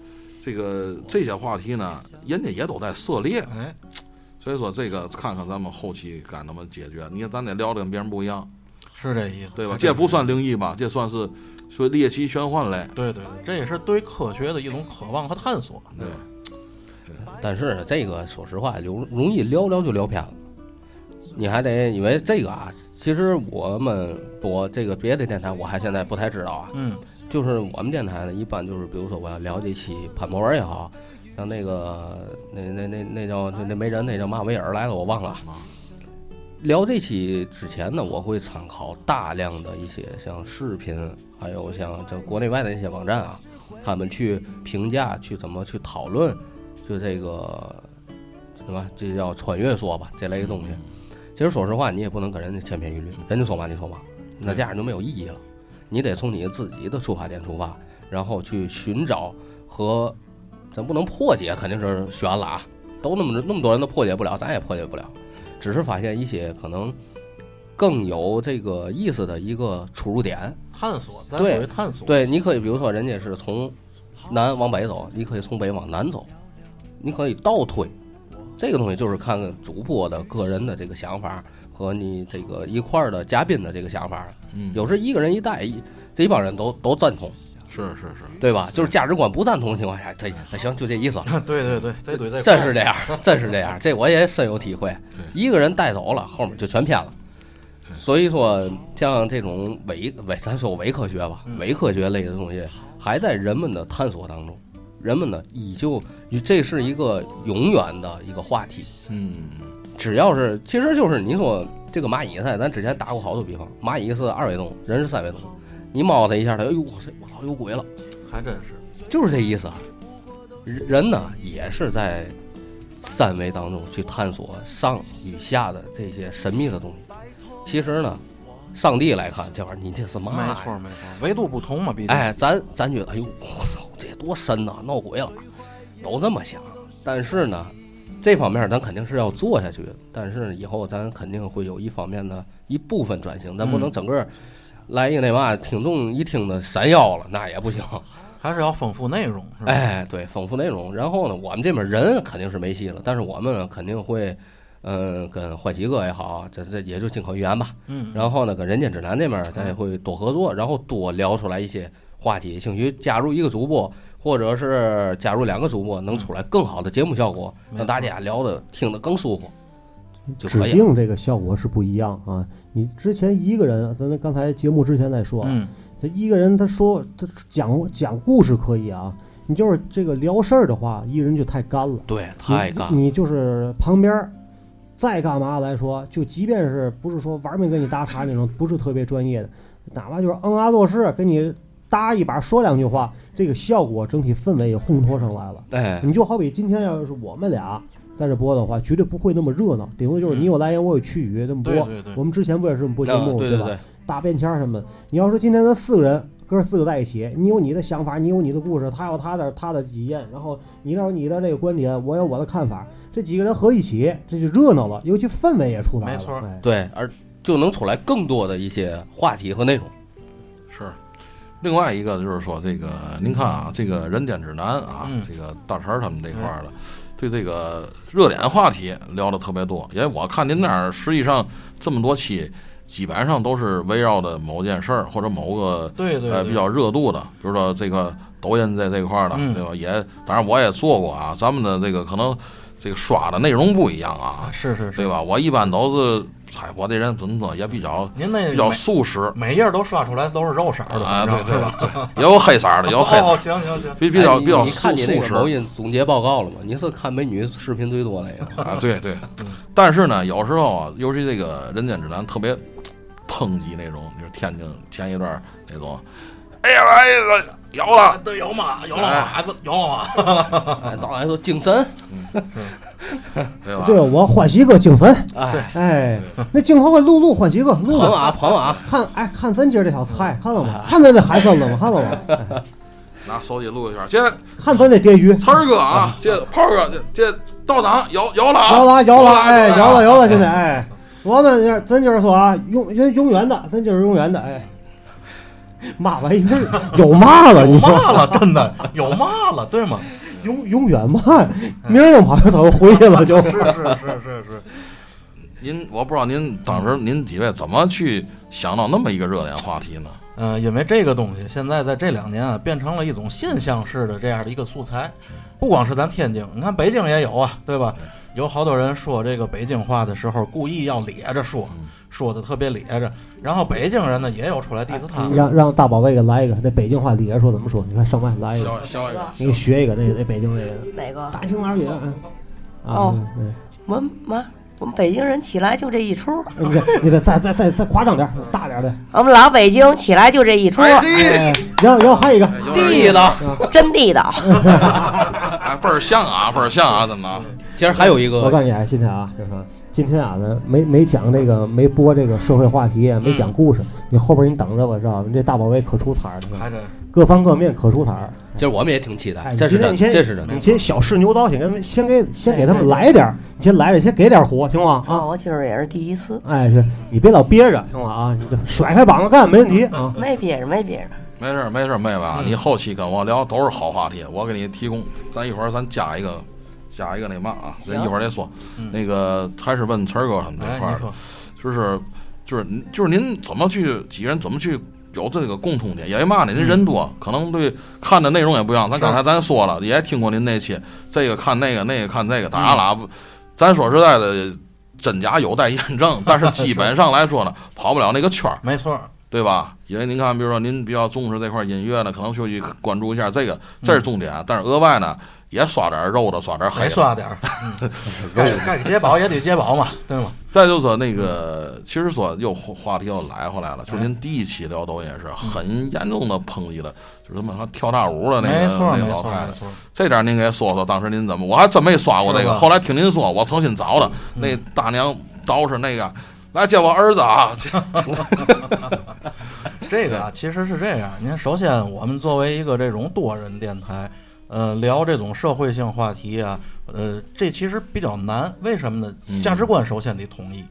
这个这些话题呢，人家也都在涉猎，哎，所以说这个看看咱们后期该怎么解决。你看咱得聊的跟别人不一样。是这意思，对吧还？真这不是算灵异吧？这算是说猎奇玄幻类。对对对，这也是对科学的一种渴望和探索。对，但是这个说实话，容容易聊聊就聊偏了。你还得因为这个啊，其实我们播这个别的电台，我还现在不太知道啊。嗯，就是我们电台呢，一般就是比如说我要聊这期潘博文也好，像那个那那那那叫那那没人那叫嘛维尔来了我忘了啊。聊这期之前呢，我会参考大量的一些像视频，还有像这国内外的那些网站啊，他们去评价、去怎么去讨论，就这个什么这叫穿越说吧这类的东西。其实说实话，你也不能跟人家千篇一律，人家说嘛你说嘛，那这样就没有意义了。你得从你自己的出发点出发，然后去寻找和咱不能破解，肯定是悬了啊！都那么那么多人都破解不了，咱也破解不了，只是发现一些可能更有这个意思的一个出入点。探索，咱属对于探索。，对，你可以比如说人家是从南往北走，你可以从北往南走，你可以倒退。这个东西就是看看主播的个人的这个想法和你这个一块儿的嘉宾的这个想法。嗯，有时一个人一带，一这一帮人都都赞同，是是是，对吧？就是价值观不赞同的情况下，哎这那行就这意思了。对对对，这对这真是这样，真是这样，这我也深有体会。对一个人带走了，后面就全偏了。所以说，像这种伪伪，咱说伪科学吧，伪科学类的东西还在人们的探索当中。人们呢，依旧，这是一个永远的一个话题，嗯，只要是，其实就是你说这个蚂蚁赛，咱之前打过好多比方，蚂蚁是二维动物，人是三维动物，你猫它一下，它哎呦我操，我操有鬼了，还真是。就是这意思。啊人人呢也是在三维当中去探索上与下的这些神秘的东西。其实呢，上帝来看这玩意儿，你这是嘛没呀？错没错，维度不同嘛，毕竟。哎，咱咱觉得，哎呦，我操，这多深呐、闹鬼了，都这么想。啊但是呢，这方面咱肯定是要做下去的。但是以后咱肯定会有一方面的一部分转型，咱不嗯能整个来一个那嘛，听众一听的闪耀了，那也不行。还是要丰富内容，是吧？哎，对，丰富内容。然后呢，我们这边人肯定是没戏了，但是我们呢肯定会，嗯、跟欢喜哥也好，这这也就进口一言吧。嗯，然后呢，跟人间指南那边儿咱也会多合作，然后多聊出来一些话题，兴许加入一个主播，或者是加入两个主播，能出来更好的节目效果，没让大家聊的听得更舒服就指可以了。定这个效果是不一样啊。你之前一个人，咱刚才节目之前在说，啊嗯，他一个人他说他讲讲故事可以啊，你就是这个聊事儿的话，一个人就太干了。对，太干了，你！你就是旁边儿再干嘛来说，就即便是不是说玩命跟你搭茬那种，不是特别专业的，哪怕就是嗯啊作势，跟你搭一把说两句话，这个效果整体氛围也烘托上来了。哎，你就好比今天要是我们俩在这播的话，绝对不会那么热闹，顶多嗯就是你有来言，我有去语这么播。对对对我们之前不也是这么播节目，啊对吧？对，大便签儿什么的。你要说今天咱四个人，哥四个在一起，你有你的想法，你有你的故事，他有他的他的体验，然后你有你的这个观点，我有我的看法，这几个人合一起，这就热闹了，尤其氛围也出来了。没错哎对，而就能出来更多的一些话题和内容。是。另外一个就是说，这个您看啊，这个《人间指南》啊，嗯这个大陈儿他们这块儿的，对这个热点话题聊的特别多。因为我看您那儿实际上这么多期，基本上都是围绕的某件事儿或者某个对对呃对，比较热度的，比如说这个抖音在这块儿的，嗯对吧？也当然我也做过啊，咱们的这个可能这个刷的内容不一样啊啊，，是是是。对吧？我一般都是，哎，我这人怎么说也比较您那比较每素食每页都刷出来都是肉色儿的，啊，反正对对是吧？对，也有黑色儿的，也有黑色儿 哦，的，行 行行，比比较哎你比较你素看你那素个食抖音总结报告了吗？你是看美女视频最多那个？啊，对对。但是呢，有时候啊，尤其这个《人间指南》特别抨击那种，就是天津前一段儿那种，哎呀，哎呀，有了，对，有嘛，有了嘛，有了嘛，哎，导演说精神，对吧？对，我欢喜哥精神，哎，哎，那镜头给录录欢喜哥录捧了。啊捧啊，看，哎，看咱今儿这小菜，看了 吗？看咱这海参了吗？看了吗？拿手机录一圈，这看咱这鲽鱼，词儿哥啊，这炮哥，这这道长摇摇了啊，摇了摇了，哎，摇了摇摇了，现在哎，我们这咱今儿说啊，永永永远的，咱今儿永远的，哎，嘛玩意儿， 有嘛了？你有说嘛了，真的有嘛了，对 吗？永永远嘛，明儿就跑就走回去了就。 是是是是是，您我不知道您当时您几位怎么去想到那么一个热点话题呢？嗯，因为这个东西现在在这两年啊，变成了一种现象式的这样的一个素材，不光是咱天津，你看北京也有啊，对吧？有好多人说这个北京话的时候，故意要咧着说，嗯说的特别咧着，然后北京人呢也有出来哎 diss 他们，让让大宝贝给来一个，这北京话底下说怎么说？你看上麦来一个，小小你给学一个那那北京那个哪个？大青老姐，嗯啊哦，嗯我们妈，我们北京人起来就这一出，嗯你得你得再再再再夸张点儿，大点儿的。我们老北京起来就这一出，哎嘿，哎然后然后还有一个，有点意地思，道。真地道。哎，倍儿像啊，倍儿像啊，怎么？今儿还有一个，我告诉你啊，今天啊，就是说今天啊，咱没没讲这个，没播这个社会话题，没讲故嗯事。你后边你等着吧，知道吗？这大宝贝可出彩儿去了，还真各方各面可出彩儿。今儿我们也挺期待哎，，这是今天真，你先这是真的。你先小试牛刀，先给他们先给先给他们来点儿，你先来点儿，先给点儿火，行吗？啊，啊，我今儿也是第一次，哎，是你别老憋着，行吗？啊，你就甩开膀子干，没问题嗯啊。没憋着，没憋着。没事儿没事儿，妹妹啊，你后期跟我聊都是好话题，我给你提供。咱一会儿咱加一个，加一个那嘛啊，咱一会儿再说。那个还是问词儿哥他们这哎，块儿你的说，就是就是您就是您怎么去几个人怎么去有这个共同点？因为嘛呢，您人多，可能对看的内容也不一样。咱刚才咱说了，也听过您那期，这个看那个，那个看这个，当然了啊，不咱说实在的，真假有待验证，但是基本上来说呢，跑不了那个圈儿。没错，对吧？因为您啊看，比如说您比较重视这块音乐呢，可能就去关注一下这个，这是重点。但是额外呢，也刷点肉的，刷点黑还的。刷点 儿，嗯该该解饱也得解饱嘛，对吗？再就说那嗯个，其实说又话题又来回哎来了，就是您第一期聊抖音也是很严重的抨击了，就是他妈还跳大舞的那没个错那个没老错太没太。错，这点您给说说，当时您怎么？我还真没刷过这是个，吧后来听您说，我重新找的。嗯那大娘捯饬那个，来接我儿子啊！ 这个啊，其实是这样。您首先，我们作为一个这种多人电台，呃，聊这种社会性话题啊，呃，这其实比较难。为什么呢嗯？价值观首先得统一，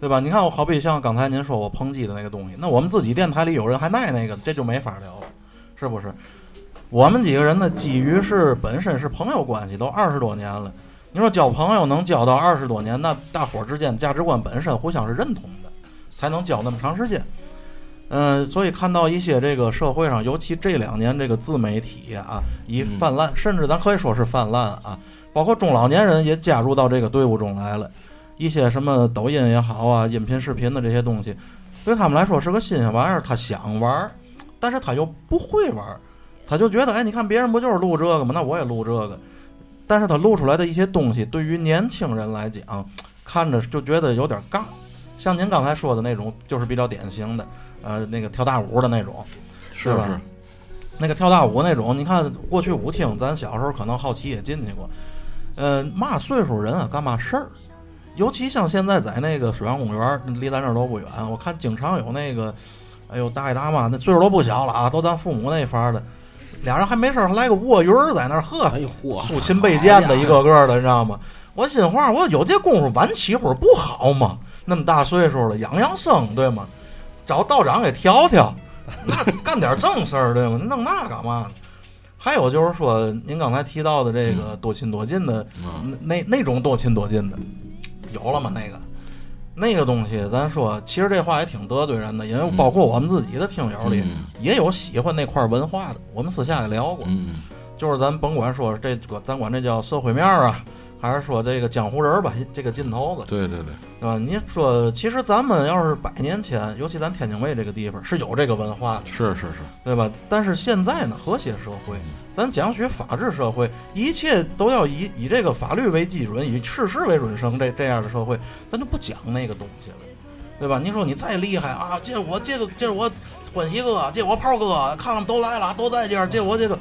对吧？你看，我好比像刚才您说我抨击的那个东西，那我们自己电台里有人还耐那个，这就没法聊了，是不是？我们几个人呢，基于是本身是朋友关系，都二十多年了。你说交朋友能交到二十多年，那大伙儿之间价值观本身互相是认同的，才能交那么长时间。嗯，所以看到一些这个社会上，尤其这两年这个自媒体啊，已嗯泛滥，甚至咱可以说是泛滥啊，包括中老年人也加入到这个队伍中来了。一些什么抖音也好啊，音频、视频的这些东西，对他们来说是个新鲜玩意儿，他想玩儿，但是他又不会玩儿，他就觉得，哎，你看别人不就是录这个吗？那我也录这个。但是他录出来的一些东西，对于年轻人来讲，看着就觉得有点尬。像您刚才说的那种，就是比较典型的，呃，那个跳大舞的那种，是是吧那个跳大舞那种，你看过去舞厅，咱小时候可能好奇也进去过，呃，嘛岁数人啊干嘛事儿，尤其像现在在那个水上公园儿，离咱这儿都不远，我看经常有那个，哎呦大爷大妈那岁数都不小了啊，都咱父母那番儿的，俩人还没事儿还来个卧云儿在那儿喝，哎呦嚯，啊肃琴备剑的一个个的，你知道 吗？我心话，我有这功夫晚起会儿不好吗？那么大岁数了，养养生对吗？找道长给调调，那干点正事儿对吗？弄那干嘛呢？还有就是说，您刚才提到的这个多亲多近的，嗯那那那种多亲多近的，有了吗？那个那个东西，咱说，其实这话也挺得罪人的，因为嗯包括我们自己的听友里、嗯也有喜欢那块文化的，我们私下也聊过。嗯就是咱甭管说这个，咱管这叫社会面儿啊，还是说这个江湖人儿吧，这个劲头子，对对对，对吧？你说，其实咱们要是百年前，尤其咱天津卫这个地方是有这个文化的，是是是，对吧？但是现在呢，和谐社会，咱讲学法治社会，一切都要以以这个法律为基准，以事实为准绳，这这样的社会，咱就不讲那个东西了，对吧？你说你再厉害啊，这我这个这我欢喜哥，这我炮哥，看看都来了，都在这儿，这我这个，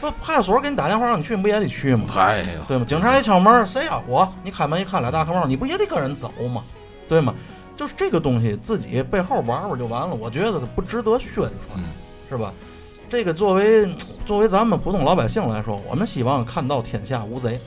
不派出所给你打电话让你去，你不也得去吗？哎呀，对吗？警察一敲门，谁呀、我。你开门一看，俩大黑帽，你不也得跟人走吗？嗯对吗？就是这个东西，自己背后玩玩就完了。我觉得不值得宣传嗯，是吧？这个作为作为咱们普通老百姓来说，我们希望看到天下无贼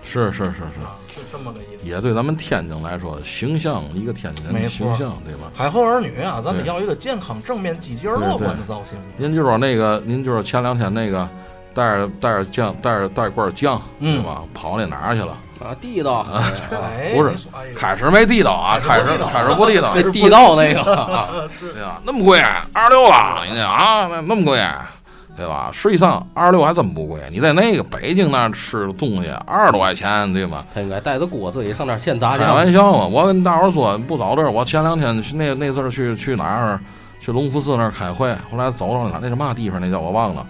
是是是是，啊，是这么个意思。也对咱们天津来说，形象一个天津人的没错形象，对吧？海河儿女啊，咱得对要一个健康、正面、积极而对乐对观的造型。您就是那个，您就是前两天那个，带着带着酱，带着带罐酱，嗯对吧？跑那哪儿去了？啊地道，哎，不是你说，哎呀开始没地道啊，开开始始不地道开始不地道，那地道那个啊对吧？那么贵，啊二十六了，人家啊，那那么贵，对吧？实际上二十六还真不贵，你在那个北京那儿吃的东西二十多块钱，对吗？他应该带着锅自己上那儿现炸开去。玩笑嘛！我跟大伙儿说，不早这儿，我前两天去那那次儿去去哪儿，去隆福寺那儿开会，后来走到那那是嘛地方，那叫我忘了，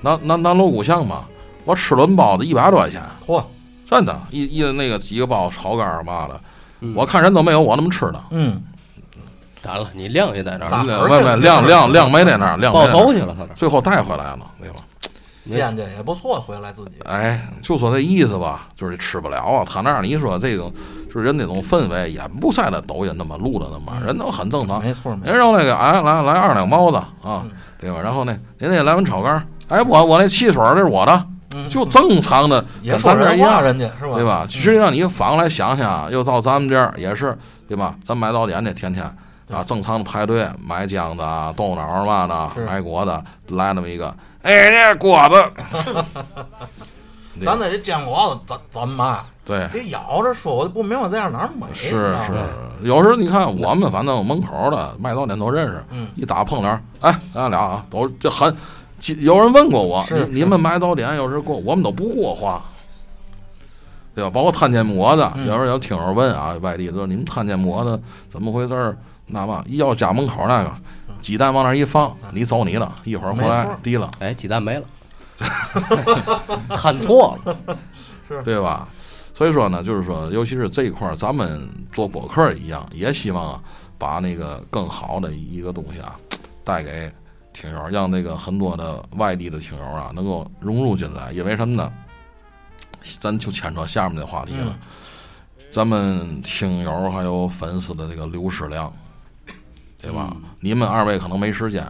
南南南锣鼓巷嘛。我吃顿包子一百多块钱，嚯，真的，一一那个几个包炒肝儿嘛的，嗯我看人都没有我那么吃的。嗯，完了，你量也在那撒儿，粉没儿去没了量量量没在那儿，量没报在那儿仇去了，他那儿最后带回来了，对吧？见见也不错，回来自己。哎，就说这意思吧，就是吃不了啊。他那儿你说这个，就是人那种氛围，也不在那抖音那么录的那么，人都很正常。嗯没错，没人错，肉那个，哎，来来二两包子啊嗯，对吧？然后呢，您也来碗炒肝儿，哎，我我那汽水儿这是我的，嗯就正常的，也跟说咱这儿一人话，样，人家是吧？嗯对吧？其实让你反过来想想啊，又到咱们这儿也是，对吧？咱买早点去，天天啊，对正常的排队买浆子啊、豆脑儿嘛的，是买果子，来那么一个，哎，这果子，咱得这坚果子咱咱妈对，得咬着说，我就不明白在哪儿买。你知哎是道是吗，有时候你看我们反正门口的卖早点都认识，嗯一打碰脸，哎，咱俩啊，都这很，其有人问过我，是你你们买早点有时过，我们都不过话，对吧？包括摊煎馍的，嗯有时候有听友问啊，外地说你们摊煎馍的怎么回事儿？那嘛，一要家门口那个鸡蛋往那儿一放，你走你的，一会儿回没来错提了。 哎，鸡蛋没了， 看错了，对吧？所以说呢，就是说，尤其是这一块儿，咱们做博客儿一样，也希望啊，把那个更好的一个东西啊，带给听友，让那个很多的外地的听友啊，能够融入进来。因为什么呢？咱就牵扯下面的话题了。咱们听友还有粉丝的这个流失量，对吧？你们二位可能没时间，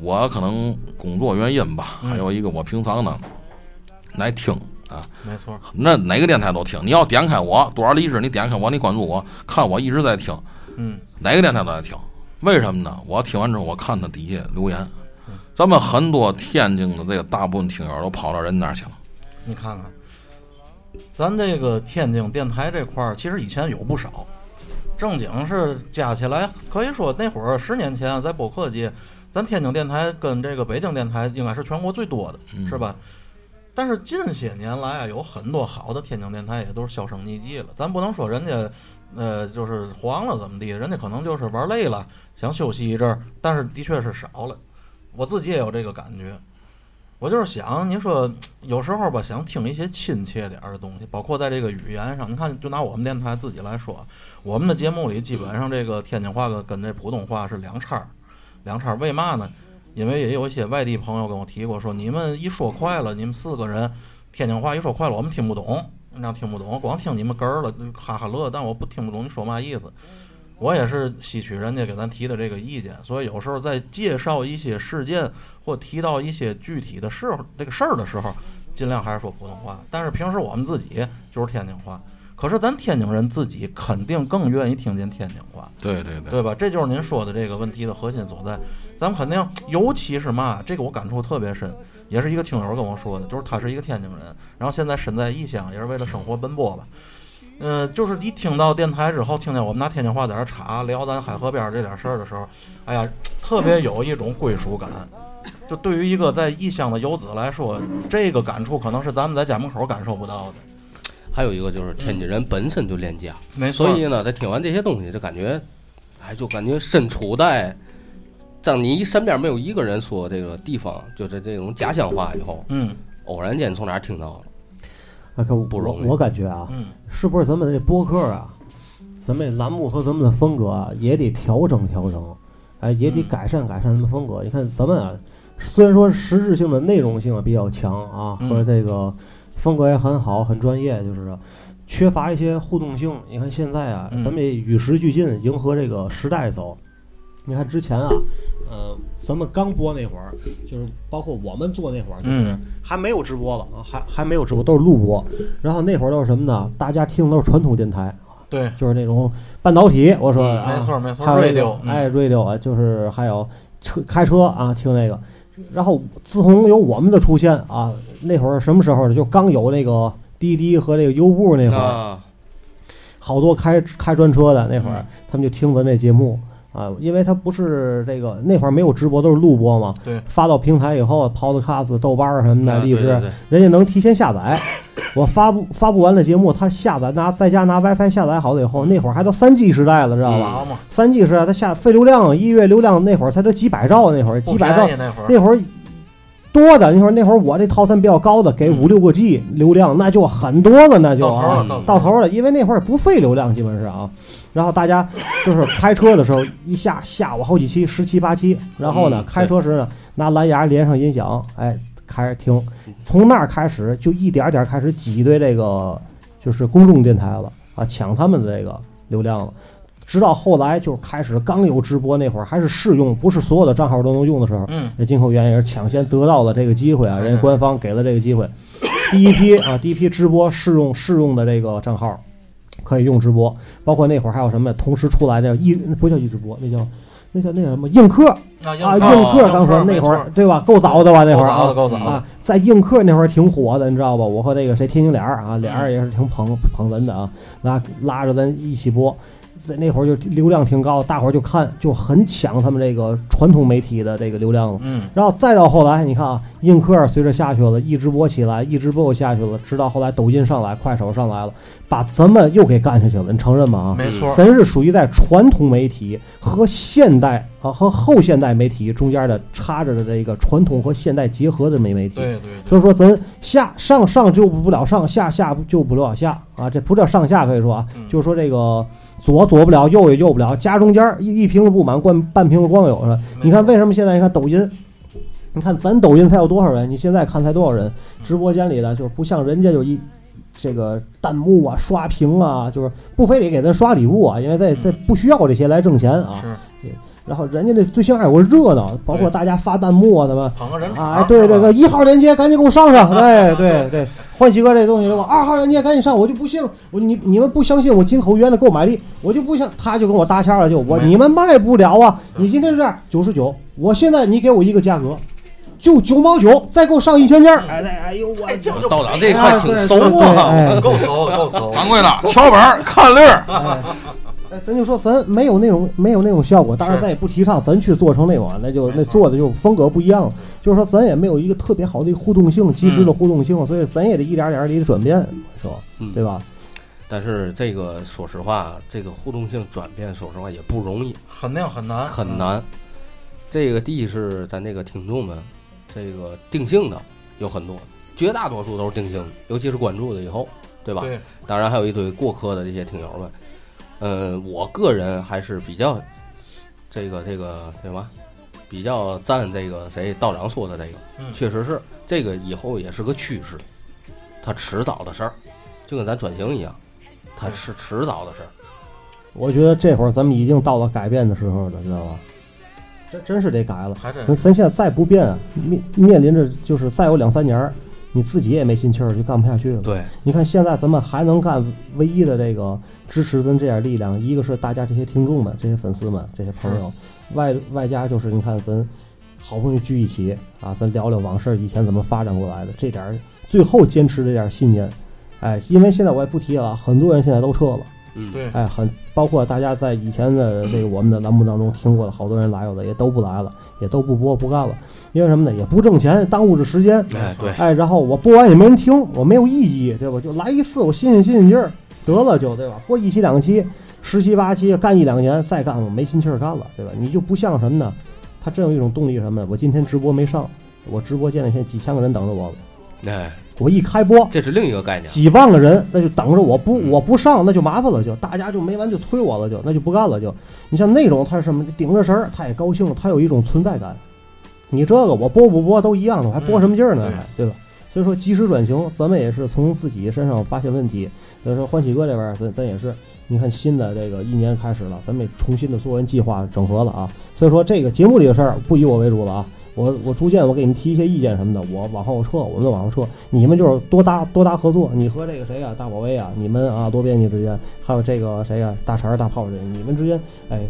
我可能工作原因吧，还有一个我平常呢来听啊，没错，那哪个电台都听。你要点开我多少荔枝，你点开我，你关注我，看我一直在听，嗯，哪个电台都在听。为什么呢？我听完之后，我看他底下留言，咱们很多天津的这个大部分听友都跑到人那儿去了。你看看，咱这个天津电台这块儿，其实以前有不少，正经是加起来，可以说那会儿十年前啊在播客界，咱天津电台跟这个北京电台应该是全国最多的，是吧？但是近些年来啊，有很多好的天津电台也都是销声匿迹了。咱不能说人家，呃，就是黄了怎么地，人家可能就是玩累了，想休息一阵儿，但是的确是少了。我自己也有这个感觉，我就是想，你说有时候吧，想听一些亲切点儿的东西，包括在这个语言上。你看，就拿我们电台自己来说，我们的节目里基本上这个天津话跟跟这普通话是两叉儿，两叉儿。为嘛呢？因为也有一些外地朋友跟我提过，说你们一说快了，你们四个人天津话一说快了，我们听不懂，你知道听不懂，光听你们哏儿了，哈哈乐，但我不听不懂你说嘛意思。我也是吸取人家给咱提的这个意见，所以有时候在介绍一些事件或提到一些具体的事儿这个事儿的时候，尽量还是说普通话。但是平时我们自己就是天津话，可是咱天津人自己肯定更愿意听见天津话，对对对，对吧？这就是您说的这个问题的核心所在。咱们肯定，尤其是嘛，这个我感触特别深，也是一个听友跟我说的，就是他是一个天津人，然后现在身在异乡，也是为了生活奔波吧。嗯、就是一听到电台之后，听见我们拿天津话在那儿查聊咱海河边儿这点事儿的时候，哎呀，特别有一种归属感。就对于一个在异乡的游子来说，这个感触可能是咱们在家门口感受不到的。还有一个就是天津人本身就恋家，没所以呢，他听完这些东西，就感觉，哎，就感觉身处在，当你身边没有一个人说这个地方就是这种家乡话以后，嗯偶然间从哪儿听到了，啊，可不容易我我感觉啊，嗯，是不是咱们这播客啊，咱们这栏目和咱们的风格啊，也得调整调整，哎，也得改善改善咱们风嗯格。你看咱们啊，虽然说实质性的内容性啊比较强啊，嗯和这个风格也很好，很专业，就是缺乏一些互动性。你看现在啊，嗯咱们也与时俱进，迎合这个时代走。你看之前啊，呃，咱们刚播那会儿，就是包括我们做那会儿，就是、嗯还没有直播了啊，还还没有直播，都是录播。然后那会儿都是什么呢？大家听的都是传统电台，对，就是那种半导体。我说、嗯啊，没错没错还有那个 radio，嗯哎，radio 啊，就是还有车开车啊，听那个。然后自从有我们的出现啊，那会儿什么时候呢？就刚有那个滴滴和这个优步那会儿，啊，好多开开专车的那会儿，他们就听咱这节目啊，因为他不是这个那会儿没有直播，都是录播嘛。对发到平台以后，Podcast、豆瓣儿什么的，啊荔枝，对对对人家能提前下载。我发布发布完了节目，他下载拿在家拿 WiFi 下载好了以后，那会儿还到三 G 时代了，知道吧？好嘛，三 G 时代，他下费流量，一月流量那会儿才都几百兆，那会儿不几百兆便宜，那会儿，那会儿多的，那会儿那会儿我这套餐比较高的，给五六个 G 流量，那就很多了，那就到头啊了，到到头了。头了，因为那会儿也不费流量，基本是啊。然后大家就是开车的时候，一下下午好几期，十七八期。然后呢嗯，开车时呢，拿蓝牙连上音响，哎，开始听。从那儿开始，就一点儿点儿开始挤兑这个就是公众电台了啊，抢他们的这个流量了。直到后来就是开始刚有直播那会儿，还是试用，不是所有的账号都能用的时候，嗯，那进口源也是抢先得到了这个机会啊，人家官方给了这个机会，第一批啊，第一批直播试用试用的这个账号可以用直播，包括那会儿还有什么同时出来的一不叫一直播，那叫那叫那叫什么映客那啊，硬映客硬客硬当时没那会错儿对吧，够早的吧那会儿够早啊的够早的啊，在映客那会儿挺火的，你知道吧？我和那个谁天津脸儿啊，脸儿也是挺捧捧咱的啊，拉拉着咱一起播。在那会儿就流量挺高，大伙儿就看就很抢他们这个传统媒体的这个流量了。嗯，然后再到后来，你看啊，映客随着下去了，一直播起来，一直播又下去了，直到后来抖音上来，快手上来了，把咱们又给干下去了，你承认吗？啊，没错，咱是属于在传统媒体和现代啊和后现代媒体中间的插着的这个传统和现代结合的美媒体。对对对，所以说咱下上上救不了上，下下救不了下啊，这不叫上下可以说啊，嗯就是说这个左左不了，右也右不了，夹中间儿一一瓶子不满，灌半瓶子光有是吧？错你看为什么现在你看抖音？你看咱抖音才有多少人？你现在看才多少人？直播间里的就是不像人家就一这个弹幕啊、刷屏啊，就是不非得给咱刷礼物啊，因为这这不需要这些来挣钱啊。嗯是然后人家那最起码有个热闹，包括对大家发弹幕啊，什么捧个人场啊，对对是吧对，一号链接赶紧给我上上，对对对，欢喜哥这东西了，我二号链接赶紧上，我就不信，我你你们不相信我金口原来购买力，我就不相，他就跟我搭腔了，就我没你们卖不了啊，你今天是这样九十九，我现在你给我一个价格，就九毛九，再给我上一千件儿，哎哎哎呦我哎，这不就到了这赔了块挺熟对对对哎啊，够熟够熟，掌柜的，敲本儿看粒儿，哎，哎咱就说咱没有那种没有那种效果，当然咱也不提倡咱去做成那种啊，那就那做的就风格不一样了。就是说咱也没有一个特别好的一个互动性，及时的互动性，所以咱也得一点点儿的转变，是吧？嗯对吧？但是这个说实话，这个互动性转变，说实话也不容易，肯定很难很。难。这个第一是咱这个听众们，这个定性的有很多，绝大多数都是定性的，尤其是关注的以后，对吧？对，当然还有一堆过客的这些听友们。呃，我个人还是比较这个这个对吧？比较赞这个谁道长说的这个，嗯确实是这个以后也是个趋势，它迟早的事儿，就跟咱转型一样，它是迟早的事儿。我觉得这会儿咱们已经到了改变的时候了，知道吧？这真是得改了。还真咱咱现在再不变啊，面面临着就是再有两三年儿，你自己也没心气儿，就干不下去了。对，你看现在咱们还能干唯一的这个支持咱这点力量，一个是大家这些听众们、这些粉丝们、这些朋友，外外加就是你看咱好不容易聚一起啊，咱聊聊往事，以前怎么发展过来的，这点儿最后坚持这点儿信念，哎，因为现在我也不提了，很多人现在都撤了。嗯，对，哎，很包括大家在以前的这个我们的栏目当中听过的，好多人来过的也都不来了，也都不播不干了，因为什么呢？也不挣钱，耽误着时间。哎对，哎，然后我播完也没人听，我没有意义，对吧？就来一次，我新鲜新鲜劲儿，得了就对吧？播一期两期，十期八期干一两年，再干我没心气儿干了，对吧？你就不像什么呢？他真有一种动力是什么呢？我今天直播没上，我直播间里现在几千个人等着我了，哎，我一开播，这是另一个概念。几万个人，那就等着我不我不上，那就麻烦了就，大家就没完就催我了就，那就不干了就。你像那种他是什么顶着神儿，他也高兴，他有一种存在感。你这个我播不播都一样的，我还播什么劲儿呢？嗯还对吧？所以说及时转型，咱们也是从自己身上发现问题。所以说欢喜哥这边儿，咱咱也是，你看新的这个一年开始了，咱们也重新的做完计划整合了啊。所以说这个节目里的事儿不以我为主了啊。我我逐渐我给你们提一些意见什么的，我往后撤，我们就往后撤。你们就是多搭多搭合作，你和这个谁啊，大宝威啊，你们啊多编辑之间，还有这个谁啊，大肠儿大炮儿之间，你们之间哎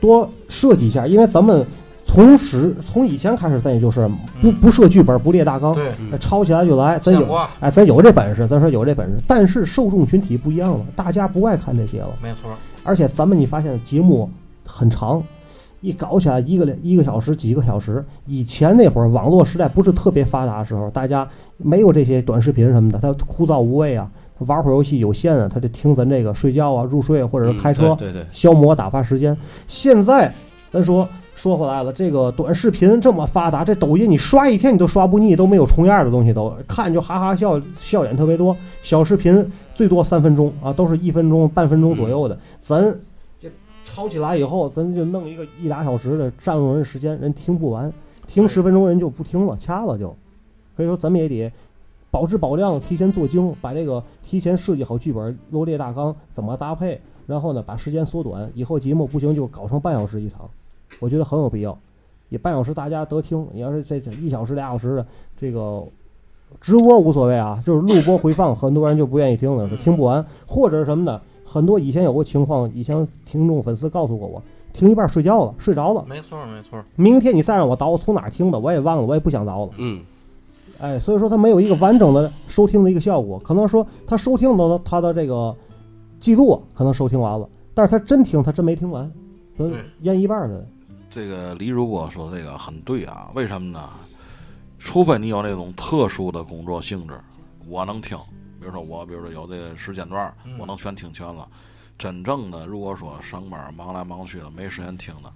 多设计一下，因为咱们从始从以前开始，咱也就是不嗯不设剧本，不列大纲，对，嗯哎抄起来就来，咱现有挂，哎咱有这本事，咱说有这本事，但是受众群体不一样了，大家不爱看这些了。没错，而且咱们你发现节目很长，一搞起来一个一个小时、几个小时。以前那会儿网络时代不是特别发达的时候，大家没有这些短视频什么的，他枯燥无味啊，他玩会儿游戏有限啊，他就听咱这个睡觉啊、入睡啊，或者嗯是开车、对对对，消磨打发时间。现在咱说说回来了，这个短视频这么发达，这抖音你刷一天你都刷不腻，都没有重样的东西都，看就哈哈笑，笑点特别多。小视频最多三分钟啊，都是一分钟、半分钟左右的。咱这抄起来以后，咱就弄一个一俩小时的，占用人时间，人听不完，听十分钟人就不听了，掐了就。所以说，咱们也得保质保量，提前做精，把这个提前设计好剧本，罗列大纲，怎么搭配，然后呢，把时间缩短，以后节目不行就搞成半小时一场，我觉得很有必要。也半小时大家得听，你要是这这一小时俩小时的这个直播无所谓啊，就是录播回放，很多人就不愿意听了，是听不完，或者是什么呢？很多以前有过情况，以前听众粉丝告诉过我，听一半睡觉了，睡着了，没错没错，明天你再让我倒，我从哪儿听的我也忘了，我也不想倒了。嗯，哎，所以说它没有一个完整的收听的一个效果，可能说他收听到的他的这个记录可能收听完了，但是他真听他真没听完，所以对淹一半儿的。这个黎如果说这个很对啊，为什么呢？除非你有那种特殊的工作性质，我能听。比如说我，比如说有这个时间段儿，我能全听全了。真正的，如果说上班忙来忙去的，没时间听的，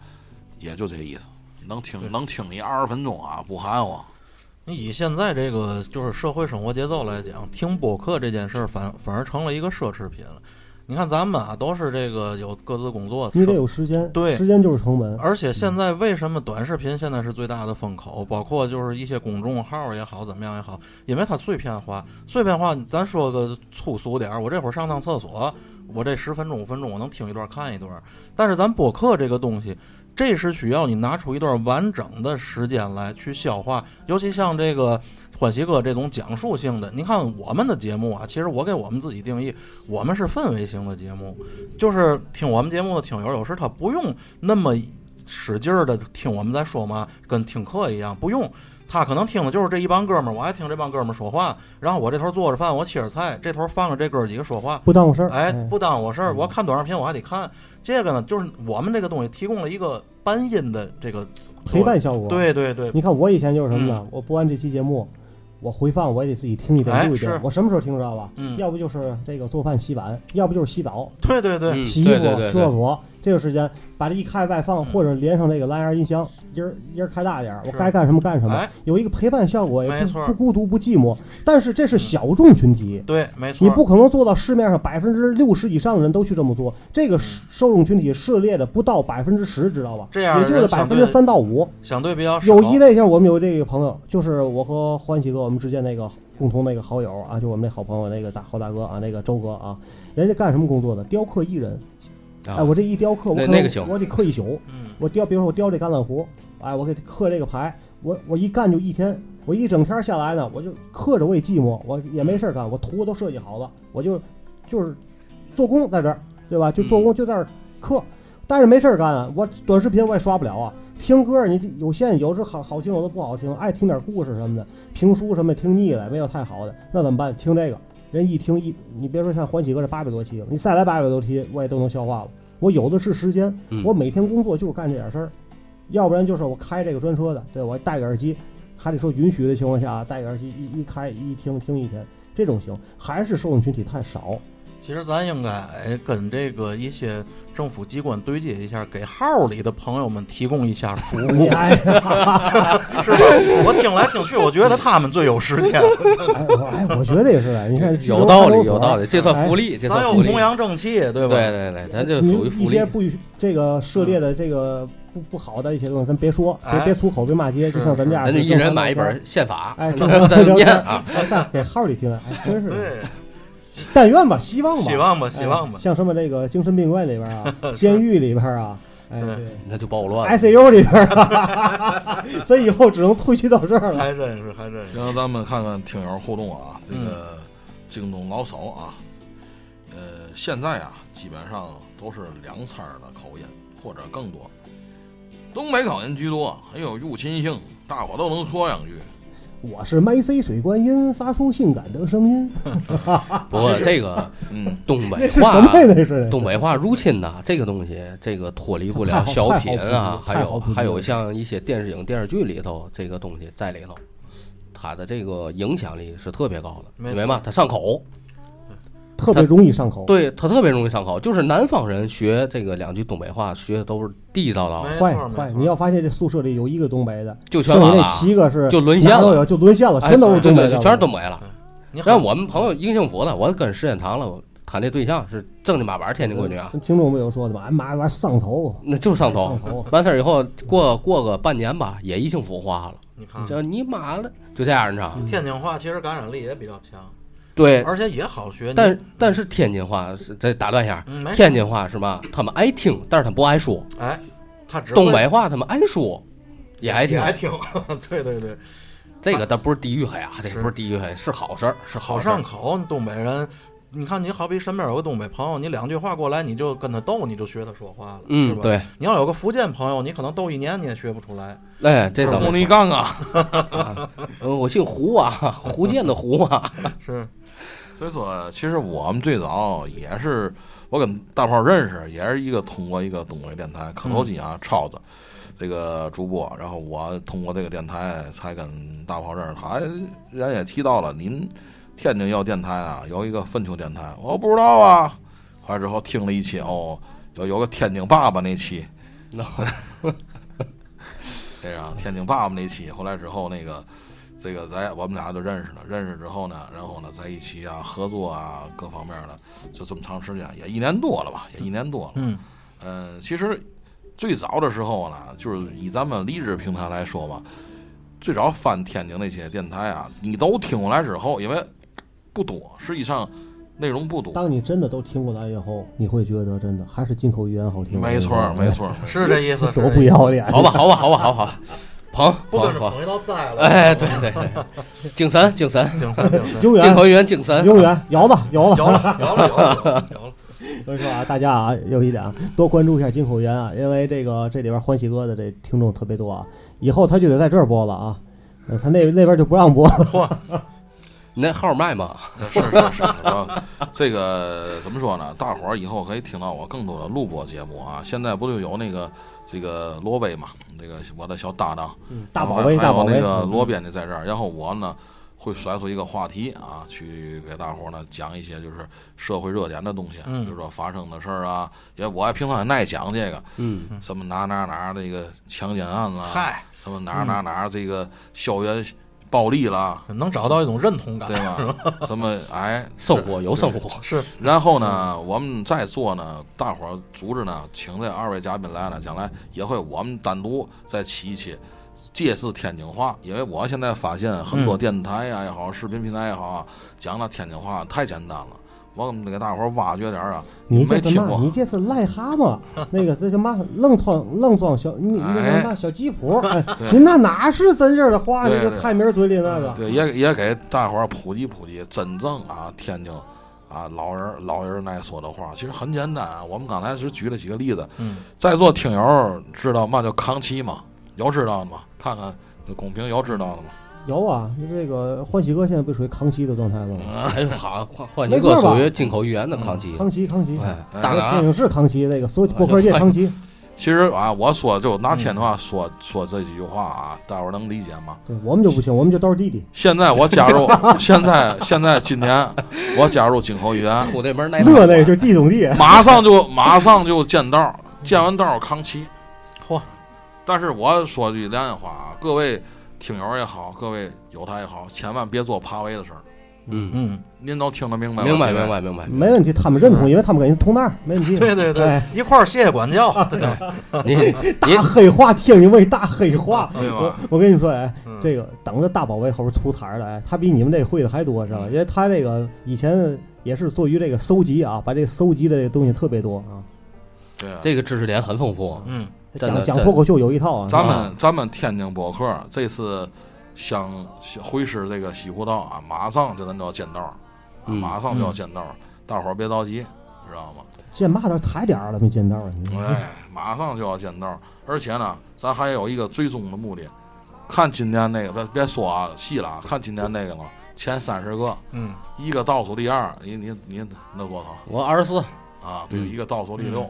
也就这意思。能听能听你二十分钟啊，不含糊。你以现在这个就是社会生活节奏来讲，听播客这件事儿反反而成了一个奢侈品了。你看咱们啊，都是这个有各自工作，你得有时间，对时间就是成本。而且现在为什么短视频现在是最大的风口？包括就是一些公众号也好，怎么样也好，因为它碎片化。碎片化，咱说个粗俗点儿，我这会儿上趟厕所，我这十分钟五分钟我能听一段看一段。但是咱播客这个东西，这是需要你拿出一段完整的时间来去消化，尤其像这个。欢喜哥这种讲述性的，你看我们的节目啊，其实我给我们自己定义，我们是氛围型的节目，就是听我们节目的听友，有时他不用那么使劲儿的听我们在说嘛，跟听课一样，不用。他可能听的就是这一帮哥们儿，我爱听这帮哥们儿说话，然后我这头做着饭，我切着菜，这头放着这哥几个说话，不耽误事儿，哎，不耽误我事儿。我看短视频我还得看这个呢，就是我们这个东西提供了一个搬音的这个陪伴效果。，对对对，你看我以前就是什么呢？我播完这期节目，我回放我也得自己听一遍哎录一遍是。我什么时候听知道吧？嗯要不就是这个做饭洗碗，要不就是洗澡、对对对，嗯洗衣对服、对对去厕对，所。这个时间把这一开外放，或者连上这个蓝牙音箱，音儿音儿开大点儿，我是该干什么干什么哎，有一个陪伴效果，也没不错不孤独不寂寞。但是这是小众群体，对，没错，你不可能做到市面上百分之六十以上的人都去这么嗯做，这个受众群体涉猎的不到百分之十，知道吧？这样也就是人百相分对之三到五。相对比较少有一类像我们有这个朋友，就是我和欢喜哥我们之间那个共同那个好友啊，就我们那好朋友那个大好大哥啊，那个周哥啊，人家干什么工作的？雕刻艺人。啊哎，我这一雕刻，我那可能那个行我得刻一宿。嗯，我雕，比如说我雕这橄榄核，哎，我给刻这个牌，我我一干就一天，我一整天下来呢，我就刻着我也寂寞，我也没事儿干，我图都设计好了，我就就是做工在这儿，对吧？就做工就在这儿刻，但是没事儿干啊，我短视频我也刷不了啊。听歌儿你得有限，有时好好听，有的不好听，爱听点故事什么的，评书什么听腻了，没有太好的，那怎么办？听这个，人一听一，你别说像欢喜哥这八百多期了，你再来八百多期，我也都能消化了。我有的是时间，嗯我每天工作就是干这点事儿，要不然就是我开这个专车的，对我戴个耳机，还得说允许的情况下戴个耳机一一开一听听一天，这种行，还是受众群体太少。其实咱应该哎跟这个一些政府机关对接一下，给号里的朋友们提供一下服务，你 哎呀， 是吧？我听来听去，我觉得他们最有时间。哎我哎，我觉得也是，你看有道理，居中看守所有啊道理，这算福 利，这咱算要福利弘。扬正气，对吧？对对对，咱这属于你福一利嗯些。不许这个涉猎的这个不不好的一些东西，咱别说，别哎别粗口，别骂街，是就像咱们这样，咱这一正常人买一聊天本。宪法， 哎，正常咱聊念天啊，，哎看给号里听了，哎，真是，对但愿吧，希望吧，希望吧，希望哎吧。像什么这个精神病院里边 啊，监狱里边啊，哎，对对那就暴乱了。 ，ICU 里边啊， 咱以后只能退居到这儿了。还真是，还真是。行，咱们看看听友互动啊，这嗯个京东老手啊，呃，现在啊，基本上都是两掺儿的口音，或者更多。东北口音居多，很有入侵性，大伙都能说两句。我是麦 C 水观音，发出性感的声音，不过这个嗯，东那北是什话么呀？那是东北话入侵呐，这个东西，这个脱离不太了好小品啊，太还好有评价还有像一些电视影、电视剧里头这个东西在里头，它的这个影响力是特别高的，没因为嘛，它上口，特别容易上口，对它特别容易上口。就是南方人学这个两句东北话，学的都是地道道的，没快错没快！错你要发现这宿舍里有一个东北的，就全剩下完那了，七个是就沦陷哪都了，有，就沦陷了，哎全都是真东的北的，全是东北了。你好让我们朋友应幸福的，我跟时间长了，我谈那对象是正经八百天津闺女啊，跟听众们有说的嘛，哎妈呀，玩意儿丧头，那就是上头上。头，完事儿以后，过过个半年吧，也一幸福化了。你看，这你妈了，就这样，你知道吗？天津话其实感染力也比较强，对，嗯而且也好学。你但但是天津话是，这打断一下，嗯，没事天津话是嘛？他们爱听，但是他们不爱说。哎，他只会东北话他们爱说，也爱也听。还挺， 对对对，这个它不是地域黑啊，这是个不是地域黑，是好事儿，是好事儿上。口。你东北人，你看你好比身边有个东北朋友，你两句话过来，你就跟他斗，你就学他说话了，是嗯，吧？对，你要有个福建朋友，你可能斗一年你也学不出来。哎，这倒莫没尼杠啊，啊。嗯我姓胡啊， 胡建的胡啊。是，所以说，其实我们最早也是我跟大炮认识，也是一个通过一个东北电台磕头机啊超子这个主播，然后我通过这个电台才跟大炮认识他。哎人也提到了，您天津要电台啊，有一个粪球电台，我不知道啊。后来之后听了一期哦，有有个天津爸爸那期，这样天津爸爸那期，后来之后那个，这个咱我们俩就认识了，认识之后呢，然后呢在一起啊合作啊各方面的，就这么长时间，也一年多了吧，也一年多了。嗯，嗯，其实最早的时候呢，就是以咱们励志平台来说吧，最早翻天津那些电台啊，你都听过来之后，因为不多，实际上内容不多。当你真的都听过来以后，你会觉得真的还是进口语言好听。没错儿，没错儿，是这意 思，多不要脸！好吧，好吧，好吧，好吧好吧，捧不跟着捧捧，捧一道栽了。哎，对对对，精神精神，挺神，挺神，永进远口语言精神，永远摇吧摇吧！ 摇了，摇了，摇 了，摇了。所以说啊，大家啊，有一点啊，多关注一下金口源啊，因为这个这里边欢喜哥的这听众特别多啊，以后他就得在这儿播了啊，呃他那那边就不让播了。你那号卖吗？是是是，啊，这个怎么说呢？大伙儿以后可以听到我更多的录播节目啊。现在不就有那个这个罗威嘛，这个我的小搭档，大宝然后贝，还大宝有贝那，个罗编辑在这儿，然后我呢会甩出一个话题啊，去给大伙儿呢讲一些就是社会热点的东西，啊嗯比如说发生的事儿啊，因为我也平常很爱讲这个，嗯，什么哪哪哪那个强奸案啦，嗨，什么哪哪哪这个校园暴力啦，能找到一种认同感对。吧？ 什么哎，生活有生活，是，然后呢，我们再做呢，大伙儿组织呢，请这二位嘉宾来呢，将来也会我们单独再起一期，借是天津话，因为我现在发现很多电台呀、也好，视频平台也好啊，讲的天津话太简单了，我们得给大伙儿挖掘点儿啊，你没这是听嘛？过你。这是癞蛤 蟆，那个这叫嘛？愣装愣装小，你那个嘛小 吉普，哎，对您那哪是真啊正的话？对那个对菜名嘴里那个，对，也也给大伙儿普及普及真正啊天津啊老人儿老人儿爱说的话，其实很简单啊。我们刚才只举了几个例子，嗯，在座听友儿知道嘛叫康熙吗？有知道的吗？看看那公屏有知道的吗？有啊，这个欢喜哥现在不属于康熙的状态吗？哎呦，好换换没一错个吧属于进口语言的康熙，康熙，康熙，哎，哎大电拿影是康熙，那个所有博客界康熙，其实啊，我说就拿天津话说、说这几句话啊，大伙儿能理解吗？对我们就不行，我们就都是弟弟，现在我加入，现在现在今天我加入金口语言，出那门那乐哎那就是弟兄弟。马上就马上就见道儿，见完道儿康熙。嚯！但是我说句良心话啊，各位听友也好，各位友台也好，千万别做爬围的事儿。嗯，嗯，您都听得明白吗？明白各位明。白明白，没问题，他们认同，因为他们跟人同那儿，没问题。对对对啊哎，一块儿谢谢管教。对你你大黑话，听你喂大黑话。对我吧？ 我跟你说，哎嗯，这个等着大宝贝后边出彩儿的，哎，他比你们这会的还多，知道吧？因为他这个以前也是做于这个搜集啊，把这搜集的这个东西特别多啊，对啊。这个知识点很丰富，嗯，真的讲讲真的脱口秀有一套啊。咱们咱们天津博客这次想想回师这个西湖道啊，马上就咱就要见道儿，啊嗯马上就要见道儿，大伙儿别着急，知道吗？见嘛点踩点儿了没见到啊？你哎，马上就要见道儿，而且呢，咱还有一个最终的目的，看今天那个，咱别说啊细了，啊，看今天那个了，前三十个，嗯，一个倒数第二，你你你那多少我二十四，啊？对，嗯哎一个倒数第六，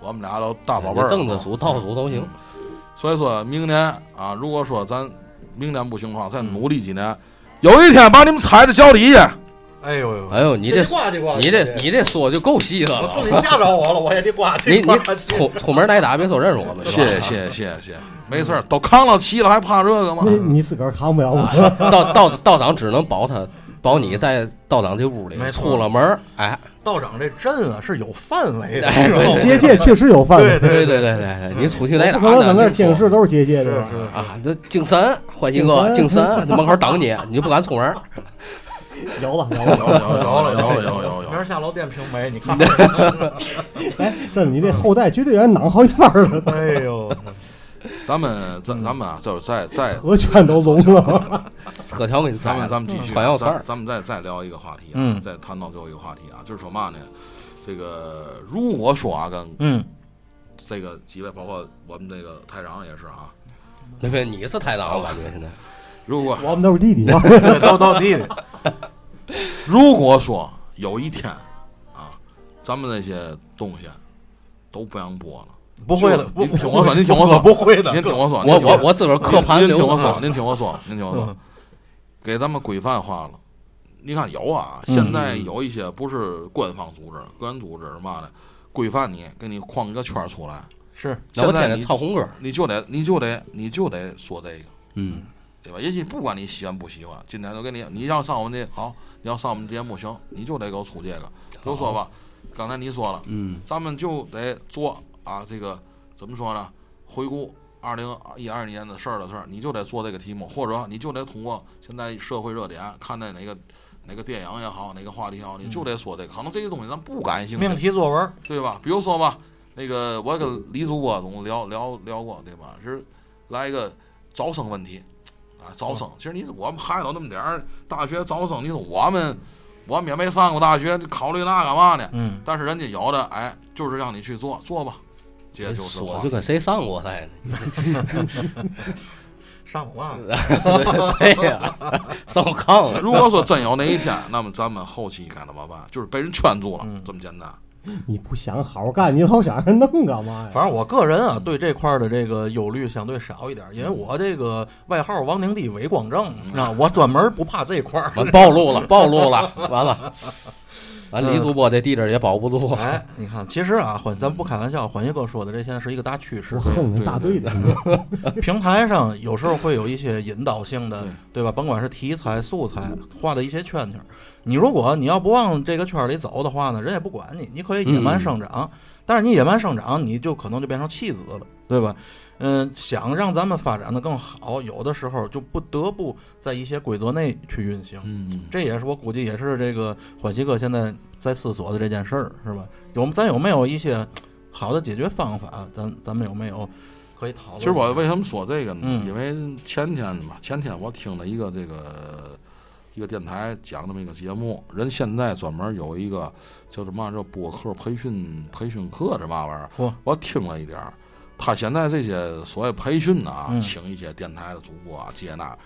我们俩都大宝贝儿了，正着数倒数都行嗯。所以说明年啊，如果说咱明年不行的话，再努力几年，嗯有一天把你们踩在脚底下。哎呦呦，哎呦，你这挂就挂，你这你这说就够细的我了，冲你吓着我了，我也得挂你这你挂去。出出门挨打，别说认识我们，谢谢谢谢谢谢谢谢，没事儿，都扛了齐了，还怕这 个吗？你你自个儿扛不了啊我。道道道长只能保他，保你在道长这屋里没出错了门儿，哎，道长这阵啊是有范围的，哎是吧 对结界确实有范对围，对对对对对，你出去挨打不可能呢，整个你天津市都是结界的是吧。是啊，这精神，欢喜哥，精精神神，你门口等你，你就不敢出门儿。摇吧摇吧。有有有了有了有了有了嗯明。儿下楼电瓶没， 你看。哎，真的，你这后代绝对让囊好几番了， 哎 呦，咱们咱咱们啊，就是再再河圈都聋了。 扯桥给你咱宰们了，嗯咱们继续穿药啊，刺儿咱，咱们再再聊一个话题啊，嗯再谈到最后一个话题啊，就是说嘛呢，这个如果说啊，跟嗯，这个几位，包括我们这个台长也是啊，那边你是太郎，我感觉现在如果我们都是弟弟啊，对都到地里，如果说有一天啊，咱们那些东西都不让播了，不会的，不您听我说，您听我说，不会的，您听我说，我您听我我自个儿您磕盘啊您听流我汗说，您听我说，您听我说嗯，给咱们规范化了。你看有啊，现在有一些不是官方组织、个人组织嘛的，规范你，给你框一个圈儿出来，是，那我现天在天你唱红歌儿，你就得你就得你就得说这个，嗯，对吧？也许不管你喜欢不喜欢，今天就给你，你要上我们这好，你要上我们节目行，你就得给我出这个。比如说吧，刚才你说了，嗯，咱们就得做啊，这个怎么说呢？回顾二零一二年的事儿的事儿，你就得做这个题目，或者说你就得通过现在社会热点，看待哪个哪个电影也好，哪个话题也好，你就得说这个。可能这些东西咱不感兴趣，命题作文，对吧？比如说吧，那个我跟李主播总聊聊聊过，对吧？是来一个招生问题啊，招生。其实你我们孩子都那么点儿，大学招生，你说我们我们也没上过大学，考虑那干嘛呢？嗯，但是人家有的，哎，就是让你去做，做吧，这就是说话就。跟谁上过台呢？上网啊， 对呀，上过炕了。如果说真有那一天，那么咱们后期该怎么办？就是被人圈住了，嗯这么简单。 你不想好好干，你老想让人弄干嘛呀？反正我个人嗯啊，对这块儿的这个忧虑相对少一点，因为我这个外号王宁帝伪光正，啊，我专门不怕这块儿。完暴露了，暴露了，完了，完李主播这地址也保不住。哎，你看，其实啊，缓咱不开玩笑，缓爷哥说的这现在是一个大趋势我。恨人大队的，平台上有时候会有一些引导性的对，对吧？甭管是题材、素材，画的一些圈圈儿。你如果你要不往这个圈儿里走的话呢，人也不管你，你可以野嗯蛮生长。但是你野蛮生长，你就可能就变成弃子了，对吧？嗯，想让咱们发展的更好，有的时候就不得不在一些规则内去运行。嗯，这也是我估计也是这个欢喜哥现在在思索的这件事儿，是吧？有咱有没有一些好的解决方法？咱咱们有没有可以讨论？其实我为什么说这个呢？嗯因为前天吧，前天我听了一个这个一个电台讲那么一个节目，人现在专门有一个叫什么叫播客培训培训课这嘛玩意嚯儿，我听了一点儿。他现在这些所谓培训呢啊，嗯请一些电台的主播啊，这那。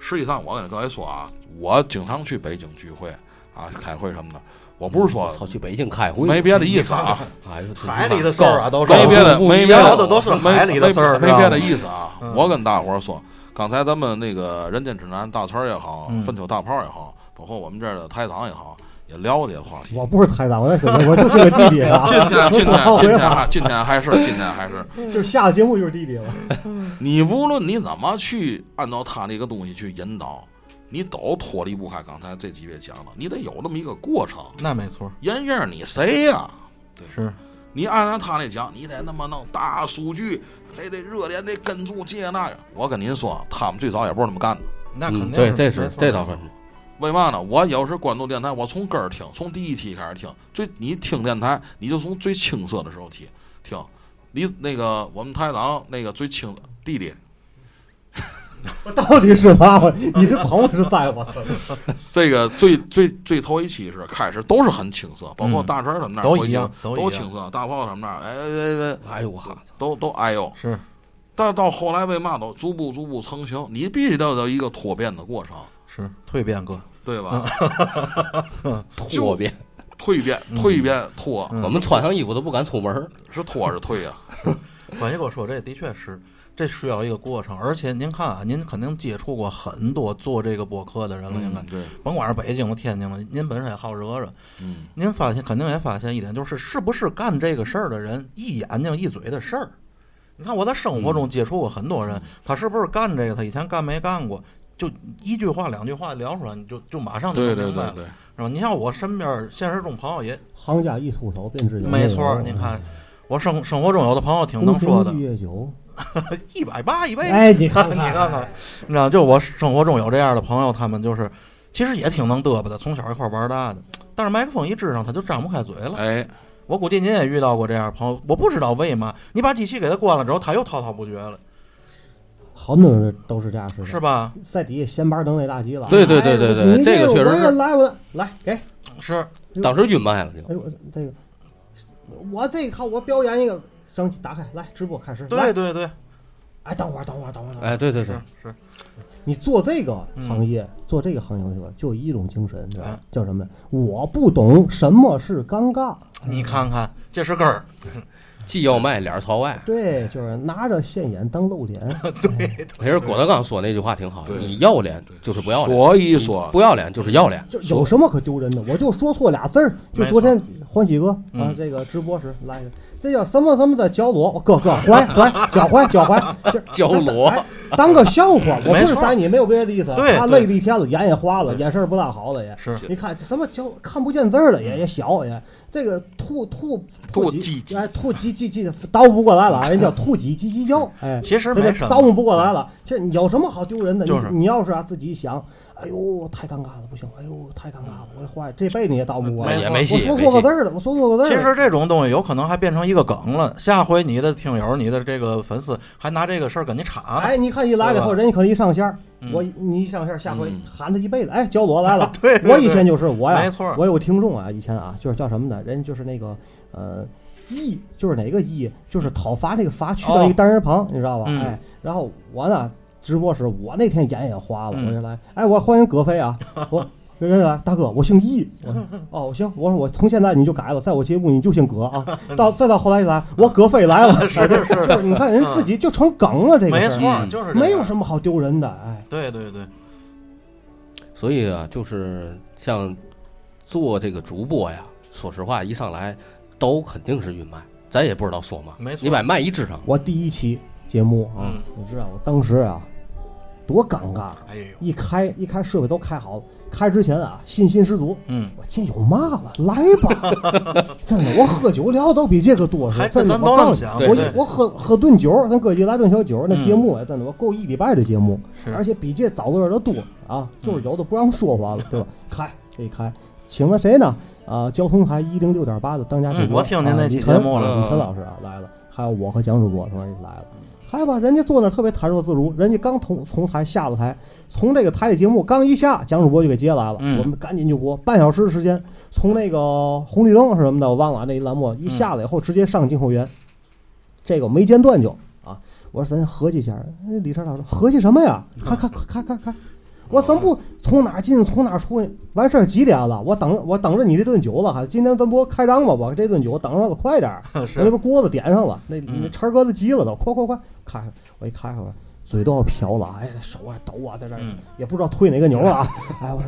实际上，我跟各位说啊，我经常去北京聚会啊、开会什么的。我不是说操，去北京开会，没别的意思啊，哎呦，海里的事儿啊，都是没别的，没别聊的，的都是海里的事儿，没知没道别吗的意思啊嗯。我跟大伙儿说，刚才咱们那个《人间指南》大词儿也好，嗯粪球大炮也好，包括我们这儿的台长也好，也聊这个话题。。我不是台长，我在沈阳，我就是个弟弟啊 今天，今天，今回天还，今天还是，今天还是，就下了节目就是弟弟了。 你无论你怎么去按照他那个东西去引导，你都脱离不开刚才这几位讲的，你得有那么一个过程。那没错，人家你谁呀、是你按照他那讲，你得那么弄大数据，这得热点得跟住这那个。我跟您说，他们最早也不是那么干的。那肯定嗯，对，这没是错这倒是，为嘛呢？我有时关注电台，我从根儿听，从第一期开始听。最你听电台，你就从最青涩的时候听听。你那个我们台长那个最青弟弟，我到底是嘛？我 你是朋友是在我操？这个最最最头一期是开始都是很青涩，包括嗯大成他们那儿都回一样去都一都样青涩，大炮他们那儿哎哎哎哎哎呦我操，都都哎呦。是但到后来为嘛都逐步逐步成型？你必须得有一个脱变的过程。是蜕变哥，对吧？就特别，蜕变，蜕变，脱嗯我们穿上衣服都不敢出门儿。是脱是蜕呀？管爷跟我说，这的确是，这需要一个过程。而且您看啊，您肯定接触过很多做这个播客的人了，应该嗯，对，甭管是北京的、天津的，您本身也好惹惹，嗯，您发现肯定也发现一点，就是是不是干这个事儿的人一眼睛一嘴的事儿。你看我在生活中接触过很多人，他是不是干这个？他以前干没干过？就一句话两句话聊出来，你就就马上就对能对明白对了，对，是吧？你像我身边现实中朋友也 行家一吐槽便知有哎内没容。错儿，你看我生生活中有的朋友挺宫能说的哎廷，月酒，一百八一杯， 哎，你你看看你看看，你知道，就我生活中有这样的朋友，他们就是其实也挺能嘚吧的，从小一块玩大的，但是麦克风一支上，他就张不开嘴了。哎，我估计您也遇到过这样的朋友，我不知道为嘛，你把机器给他关了之后，他又滔滔不绝了， 好多人都是这样式的，是吧？在底下闲班等累大吉了。对对对对对哎你这个确实我也是来，我来给。哎是，当时晕麦了就，呦，我这个我这个好，我表演一个，生气打开来直播开始。对来，对对，哎，等会儿，等会儿，等会儿，等会儿。哎，对对对是，是，你做这个嗯行业，做这个行业去吧，就有一种精神，对吧哎？叫什么呢？我不懂什么是尴尬。你看看这是根儿，既要麦，脸儿朝外。对，就是拿着现眼当露 脸。其实郭德纲说那句话挺好，对你要脸就是不要脸，所以说不要脸就是要脸。就有什么可丢人的？我就说错俩字儿。就没昨错天欢喜哥啊嗯，这个直播时来一个，这叫什么什么的脚裸，我哥哥踝踝脚踝脚踝， 就是交罗，哎当个笑话，我没不是错宰你，没有别的意思。对他对累了一天了，眼也花了，眼神儿不大好了也。是你看什么叫看不见字儿了也也小也，这个吐吐吐几几几哎吐几几几叨不过来了啊，人 叫吐几几几叫哎，其实对没对什叨么，不过来了。这有什么好丢人的？你就是你要是啊自己想，哎呦太尴尬了，不行，哎呦太尴尬了，我这话这辈子也叨不过来。也没戏我说没错个戏字儿了，我说错个字其儿了。实这种东西有可能还变成一个梗了。下回你的听友、你的这个粉丝还拿这个事儿跟你岔呢。哎，你看一来了以后，啊对吧人家可能一上线儿，嗯我你一上线儿，下回嗯喊他一辈子。哎，焦罗来了， 对对我以前就是我呀，没错我有听众啊，以前啊，就是叫什么呢？人就是那个呃。义就是哪个义，就是讨伐那个伐，去掉一个单人旁，你知道吧？哦嗯哎，然后我呢，直播时我那天眼也花了，嗯我就来，哎，我欢迎葛飞 啊，我跟人家来，大哥，我姓易，我说哦，行，我说我从现在你就改了，在我节目你就姓葛 啊，到再到后来一来，我葛飞来了， 是是就是是你看人自己就成梗了，这个嗯没事儿错，嗯就是这没有样什么好丢人的，哎，对对对，所以啊，就是像做这个主播呀，说实话，一上来刀肯定是晕麦，咱也不知道说嘛，没错你把麦一支上，我第一期节目啊嗯，我知道我当时啊多尴尬，哎呦，一开一开设备都开好了，开之前啊信心十足，嗯，我这有嘛了，来吧， 真的，我喝酒聊都比这个多是还真的，咱我都告能诉你想，对我一对嗯我喝喝顿酒，咱哥几来顿小酒，那节目啊，真的我够一礼拜的节目，是嗯而且比这早的有点多啊，就是有的不让说话了，对吧？开这一开，请了谁呢？啊，交通台一零六点八的当家主嗯播，我听您那啊期李晨节目了啊李晨嗯老师啊来了，还有我和蒋主播他妈也来了。还吧，人家坐那儿特别谈若自如，人家刚从从台下了台，从这个台里节目刚一下，蒋主播就给接来了，嗯我们赶紧就播，半小时的时间，从那个红绿灯是什么的，我忘了啊那一栏目一下来以后，直接上静后园，这个没间断就啊，我说咱合计一下，那李晨老师合计什么呀？看看看看看，我怎么不从哪进从哪出？完事儿几点了？我等我等着你这顿酒了哈，今天咱不开张吧？我这顿酒等上了，快点儿！我 是这不锅子点上了，那那嗯晨儿哥子急了都，快快快，开开！我一开开，我嘴都要瓢了，哎，手啊抖啊，在这儿嗯也不知道推哪个牛了啊！ 哎，我说。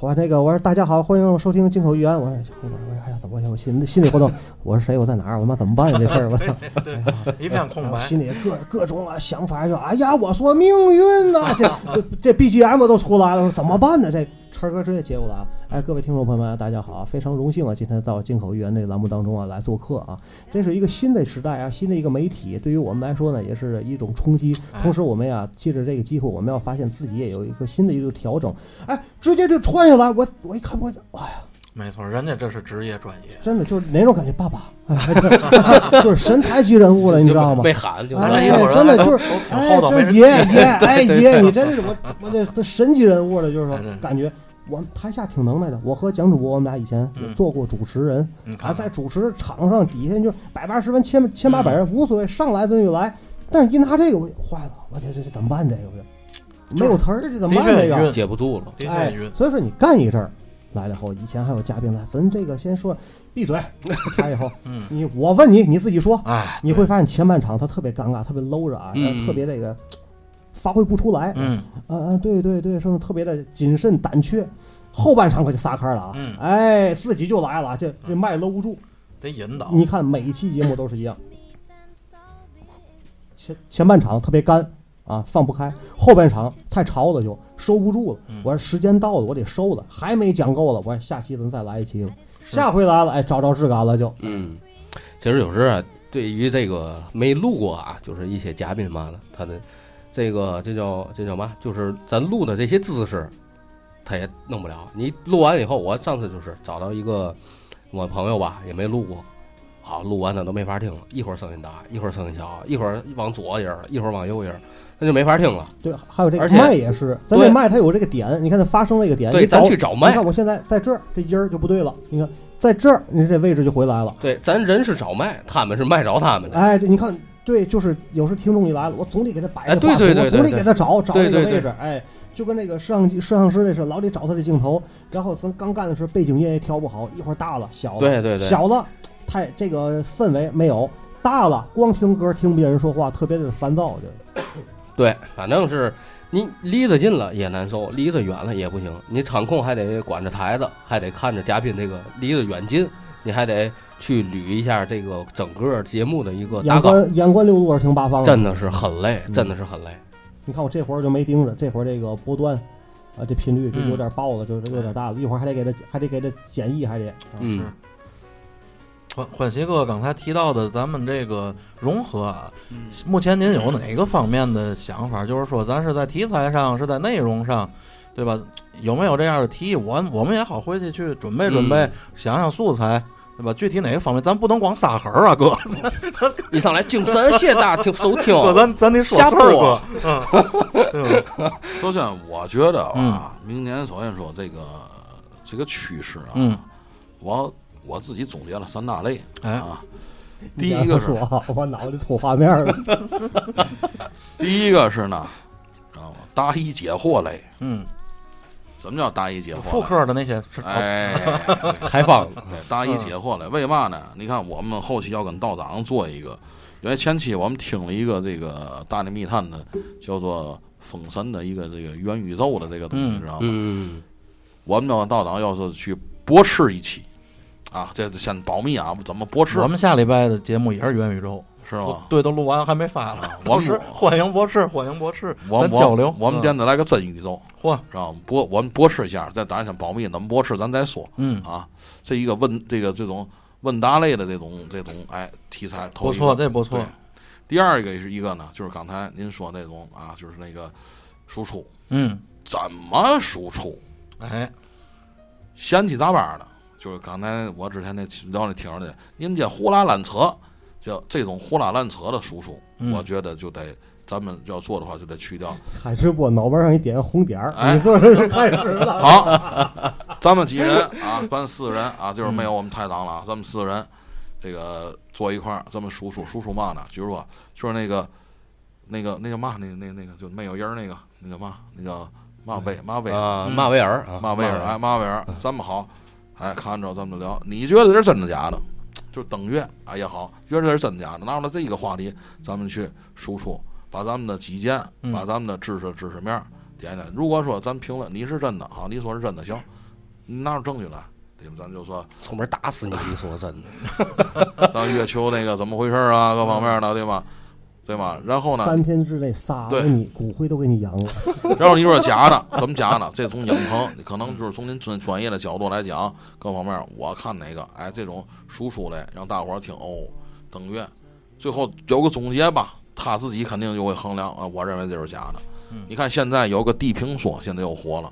我那个，我说大家好，欢迎收听进口预言。我说后边，我说哎呀，怎么回事？我心心里活动，我是谁？我在哪儿？我妈怎么办呀？这事儿，我操！哎一片空然后 白，心里各各种啊想法就，哎呀，我说命运呐、这这这 BGM 都出来了，我说怎么办呢？这晨儿哥直接接过来了。哎，各位听众朋友们，大家好啊，非常荣幸啊，今天到进口预言这栏目当中啊来做客啊，这是一个新的时代啊，新的一个媒体，对于我们来说呢，也是一种冲击。同时，我们呀、借着这个机会，我们要发现自己也有一个新的一个调整。哎，直接就穿下来，我我一看我，哎呀。没错，人家这是职业专业，真的就是哪种感觉，爸爸， 哎，对就是神台级人物了，你知道吗？被喊就咱哎这一伙人真的都就是都挺哎厚，道，没这人爷提 爷，哎爷，你真是我我这这神级人物了，就是说哎对感觉我们台下挺能耐的。我和蒋主播我们俩以前也做过主持人，你嗯看啊，看嗯在主持场上底下就百八十分、千千八百人无所谓，上来咱就来。但是一拿这个我就坏了，我这这这怎么办？这个我这没有词儿，这怎么办？的确这个晕接不住了。的确哎晕，，所以说你干一阵儿来了以后，以前还有嘉宾来，咱这个先说闭 嘴，来以后，嗯你我问你，你自己说，哎，你会发现前半场他特别尴尬，特别搂着啊，嗯然后特别这个发挥不出来，嗯，啊啊，对对对，说的特别的谨慎胆怯。后半场可就撒开了啊，嗯哎，自己就来了，这这麦搂不住。得引导，你看每一期节目都是一样，前前半场特别干啊，放不开；后半场太潮了，就收不住了。嗯我说时间到了，我得收了，还没讲够了，我说下期咱再来一期吧。下回来了，哎，找着质感了就。嗯，其实有时啊，对于这个没录过啊，就是一些嘉宾嘛的，他的这个这叫这叫嘛，就是咱录的这些姿势，他也弄不了。你录完以后，我上次就是找到一个我朋友吧，也没录过，好录完了都没法听了，一会儿声音大，一会儿声音小，一会儿往左音儿，一会儿往右音儿，那就没法听了。对，还有这个而且麦也是，咱这对麦它有这个点，你看它发生这个点，对，你咱找去找你麦看，我现在在这儿，这音儿就不对了。你看在这儿，你这位置就回来了。对，咱人是找麦，他们是麦找他们的。哎，对，你看，对，就是有时听众一来了，我总得给他摆哎个对话题，对对我对总得对给他找找那对个对位置。哎，就跟那个摄像机摄像师那是，老得找他这镜头。然后咱刚干的时候，背景音也调不好，一会儿大了小了，对对对，哦小了太这个氛围没有，大了光听歌听不见人说话，特别的烦躁。就对，反正是你离得近了也难受，离得远了也不行。你场控还得管着台子，还得看着嘉宾这个离得远近，你还得去捋一下这个整个节目的一个大眼纲，观眼观六路耳听八方啊，真的是很累，嗯真的是很累。你看我这会儿就没盯着，这会儿这个波段啊，这频率就嗯有点爆了，就是有点大了，一会儿还得给它还得给它剪译，还得啊嗯，欢欢喜哥刚才提到的咱们这个融合啊，目前您有哪个方面的想法？就是说，咱是在题材上，是在内容上，对吧？有没有这样的提议？我我们也好回去去准备准备，嗯想想素材，对吧？具体哪个方面，咱不能光撒狠儿啊，哥，一上来精神谢大听收 听，哥，咱咱得说瞎事播儿，哥，嗯，对 吧？首先，我觉得啊，明年首先说这个这个趋势啊，嗯，我我自己总结了三大类哎，啊。第一个是 你让他说，我脑袋出画面了，第一个是呢，知道吗？答疑解惑类。嗯，什么叫答疑解惑？副。科的那些是，哎，开 放了，对，答疑解惑类。为嘛呢？你看，我们后期要跟道长做一个，因为前期我们听了一个这个《大内密探》的，叫做《封神》的一个这个元宇宙的这个东西，嗯知道吗？嗯，我们的道长要是去驳斥一期，啊，这这先保密啊，怎么驳斥我们下礼拜的节目也是元宇宙，是吗？哦对，都啊录完还没发呢。我们是欢迎博士，欢迎博士，我咱我交流，我们嗯电子来个真宇宙，嚯，是吧？驳我们驳斥一下，再当然先保密，怎么驳斥咱再说嗯，啊。这一个问这个这种问答类的这种这种哎题材，头不一错，个这不错对，第二个是一个呢，就是刚才您说那种啊，就是那个输出嗯，怎么输出，哎， 闲七杂八的，就是刚才我之前那聊那听着的，你们这胡拉乱扯，叫这种胡拉乱扯的输出，嗯我觉得就得咱们要做的话就得去掉。海直播脑门上一点红点儿，哎你这是开始了。好，咱们几人啊，咱四人啊，就是没有我们太长了啊，咱们四人这个坐一块儿，咱们数数数数嘛呢？就是说，就是那个那个那叫嘛，那个那个那个就没有音儿那个那叫嘛，那叫嘛威嘛威啊，嗯马维尔啊，马威尔，哎，马威尔，咱们好，哎，看着咱们就聊，你觉得这是真的假的？就是登月，哎也好，觉得这是真假的，拿出来这个话题，咱们去输出，把咱们的己见，嗯把咱们的知识知识面儿点点。如果说咱评论你是真的，好，你说是真的，行，你拿出证据来，对吧？咱就说出门打死你！你说真的，咱月球那个怎么回事啊，各方面的，对吧？对吧？然后呢，三天之内杀了对你，骨灰都给你扬了。然后你说假的，怎么假呢？这从影棚，你可能就是从您专专业的角度来讲，各方面，我看哪个，哎，这种输出类让大伙儿听哦，登月，最后有个总结吧，他自己肯定就会衡量啊，我认为这是假的。嗯你看现在有个地平说，现在又火了，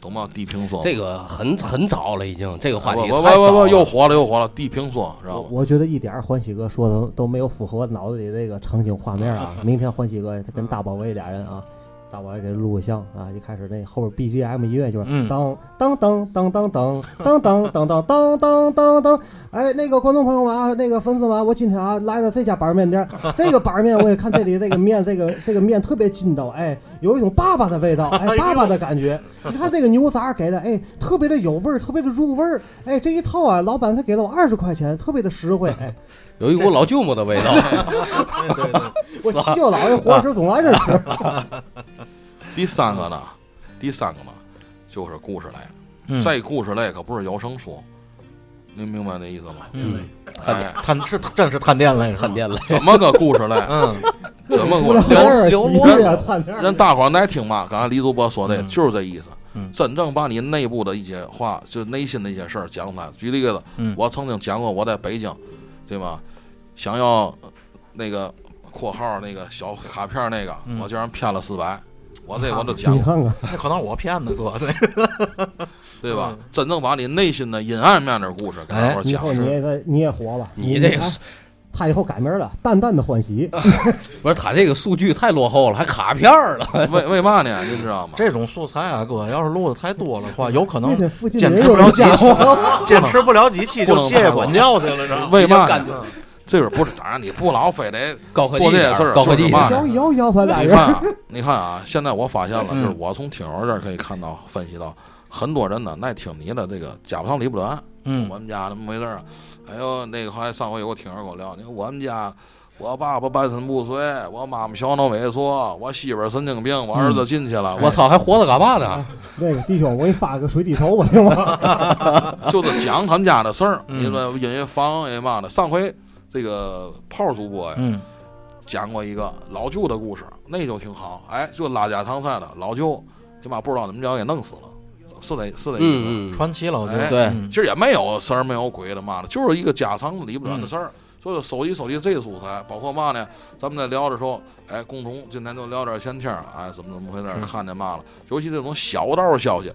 懂吗？地平说，这个很很早了，已经这个话题哦我太我我早我了又火了又火了，地平说，知道我吗？我觉得一点儿欢喜哥说的都没有符合我脑子里这个场景画面 啊！明天欢喜哥他跟大宝贝俩人啊，大宝贝给他录个像啊，一开始那后边 BGM 音乐就是嗯当当当当当当当当当当当当当当，哎，那个观众朋友们啊，那个粉丝们啊，我今天啊来了这家板儿面店儿，这个板儿面我也看这里这个面，这个这个面特别筋道，哎，有一种爸爸的味道，哎，爸爸的感觉。你看这个牛杂给的，哎，特别的有味儿，特别的入味儿，哎，这一套啊，老板才给了我二十块钱，特别的实惠，哎，有一股老舅母的味 道。对对对， 我七舅姥爷活着时候总来这儿吃，第三个呢，第三个呢，就是故事类，嗯这故事类可不是有声书，您明白那意思吗？嗯，哎。探是真是探店类，看，电了， 怎么个故事嘞？嗯，怎么胡 个故了事点嘞？儿刘喜刘剧罗啊，探点儿人大伙儿爱听嘛，刚才李主播说的嗯就是这意思嗯。真正把你内部的一些话，就是内心的一些事儿讲出来。举例子嗯，我曾经讲过，我在北京，对吧？想要呃那个括号那个小卡片那个，嗯我竟然骗了四百，我这我都讲你过，看看，那可能我骗的，哥， 对，对吧嗯？真正把你内心的阴暗面的故事给大伙儿以讲后你是也在你也火了，你这个哎他以后改名了，淡淡的欢喜，不是他这个数据太落后了，还卡片儿了。为为嘛呢？您知道吗？这种素材啊，哥，要是录的太多了的话，有可那能天附近坚也持有不了人几家期伙，， 坚持不了几期就不能谢谢看管教去了，知道吗？为嘛干呢？这个不是，当然你不老非得高科技做这一点些儿事儿高科就技一是点嘛儿呢 摇一摇摇 咱俩你人看，啊，你看啊，现在我发现了，就嗯是我从听友这儿可以看到分析到，很多人呢爱听你的这个家不上里不短。嗯我们家怎么回事儿啊？哎呦，那个后来上回有个听友跟我聊，你说我们家我爸爸半身不遂，我妈妈小脑萎缩，我媳妇儿神经病，我儿嗯子进去 了，我操，还活着干嘛呢？那个弟兄，我给你发个水滴筹吧，行吗？哎就是讲他们家的事儿，嗯因为因为房因为嘛的。上回这个炮主播呀嗯讲过一个老舅的故事，那就挺好。哎，就拉家常菜的老舅，他妈不知道怎么着给弄死了，是得是得。嗯嗯，传奇老舅，哎对嗯其实也没有神儿没有鬼的嘛的，就是一个家常里不嗯远的事儿。所以收集收集这素材，包括嘛呢？咱们在聊的时候，哎，共同今天就聊点闲天儿，哎，怎么怎么回事儿？是看见嘛了？尤其这种小道消息，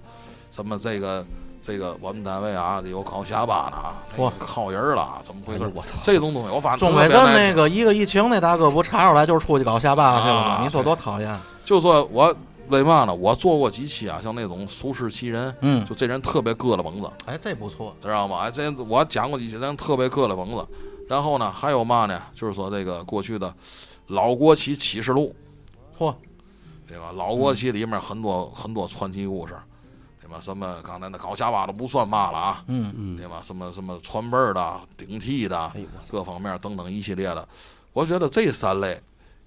什么这个这个我们单位啊有烤虾巴的啊，嚯靠人儿了啊，怎么回哎事儿？我操，这种东西我反正钟特伟别镇难那个一个疫情那大哥不查出来就是出去搞下巴了去了啊吗？你说多讨厌？就说我为嘛呢？我做过几期啊，像那种熟视其人，嗯，就这人特别疙瘩甭子，哎，这不错，知道吗？哎，这我讲过几期，人特别疙瘩甭子。然后呢，还有嘛呢？就是说这个过去的老国旗启示录，嚯，对吧？老国旗里面很多、很多传奇故事，对吧？什么刚才那搞瞎巴的不算嘛了啊，嗯，嗯对，吧？什么什么传辈儿的、顶替的，哎呦我操，各方面等等一系列的，我觉得这三类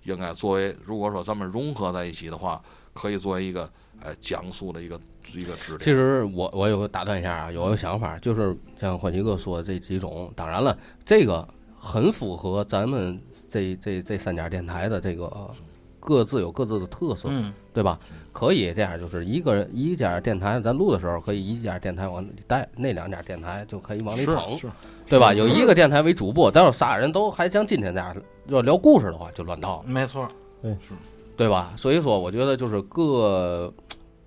应该作为，如果说咱们融合在一起的话，可以作为一个呃讲述的一个一个指其点。实我我有个打断一下啊，有个想法，就是像欢喜哥说的这几种，当然了，这个很符合咱们这这这三家电台的这个呃各自有各自的特色，嗯，对吧？可以这样，就是一个人一家电台，咱录的时候可以一家电台往里带，那两家电台就可以往里捧，是对吧？有一个电台为主播，但是仨人都还像今天这样要聊故事的话，就乱套了，嗯没错，对吧？所以说，我觉得就是各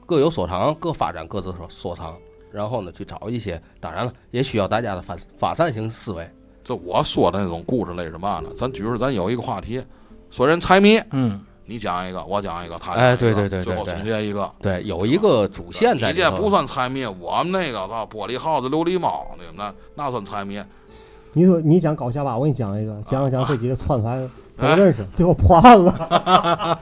各有所长，各发展各自所所长，然后呢，去找一些，当然了，也需要大家的发发散型思维。这我说的那种故事类是嘛呢？咱举个，咱有一个话题，说人猜谜，嗯，你讲一个，我讲一个，他讲一个哎对对对对最后总结一个。对，有一个主线在你里这不头。算猜谜，我们那个操玻璃耗子、琉璃猫，你们那那算猜 谜。你说你讲搞瞎吧，我给你讲一个，讲着讲着这几个串法都认识，最后破案了。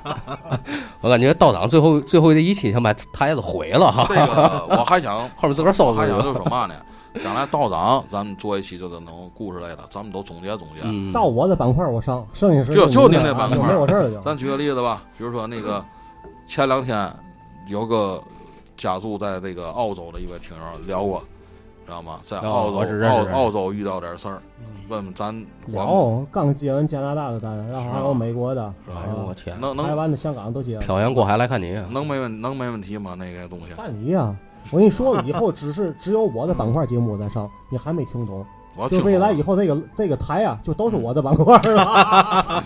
我感觉道长最后最后这一期想把台子毁了哈，这个我还想后面自个儿收拾还去想吧。就是说嘛呢？将来道长，咱们做一期就这种故事类的，咱们都总结总结。嗯，到我的板块我上，剩下是就就你您们的那啊板块就没我事儿了就。咱举个例子吧，比如说那个前两天有个家住在这个澳洲的一位听友聊过，知道吗？在哦澳洲、我只认识澳这人澳洲遇到点事儿，问问咱我有刚接完加拿大的单，然后还有美国的，啊哎呦我天们，能台能湾的、香港都接了。漂洋过海来看你啊，能没问能没问题吗？那个东西，办理啊！我跟你说了，以后只是只有我的板块节目在上，你还没听懂？啊我就听未来懂以后这个这个台啊，就都嗯是我的板块 了，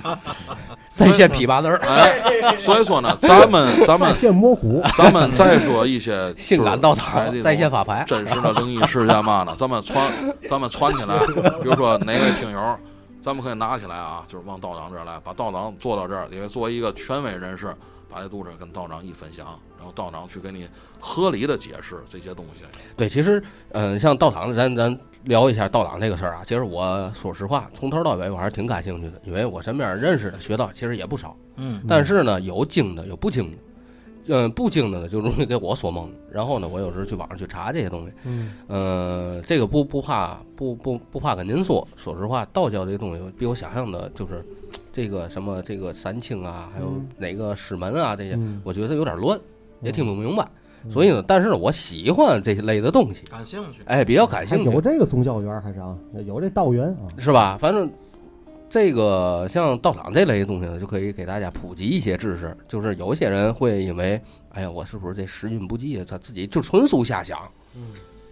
在线批八字儿，哎，所以说呢，咱们咱在们线摸骨。哎 咱们再说一些 性感道场，在线线发牌。真实的灵异事件嘛呢？咱们传，咱们传起来，比如说哪位听友，咱们可以拿起来啊，就是往道长这儿来，把道长做到这儿，因为作为一个权威人士，把这故事跟道长一分享，然后道长去给你合理的解释这些东西。对，其实，嗯、像道长，咱咱聊一下道长这个事儿啊。其实我说实话，从头到尾我还是挺感兴趣的，因为我身边认识的学道其实也不少，嗯，但是呢，有精的，有不精的。嗯，不精的呢，就容易给我所蒙。然后呢，我有时候去网上去查这些东西。嗯，呃，这个不不怕，不不不怕跟您说。说实话，道教这个东西比我想象的，就是这个什么这个三清啊，还有嗯哪个师门啊这些，嗯我觉得有点乱，也听不明白。嗯所以呢，但是呢，我喜欢这类的东西，感兴趣，哎，比较感还兴有趣，这个宗教园还是啊，有这道园啊，是吧？反正这个像道长这类的东西呢，就可以给大家普及一些知识。就是有些人会因为，哎呀，我是不是这时运不济啊？他自己就纯属瞎想，嗯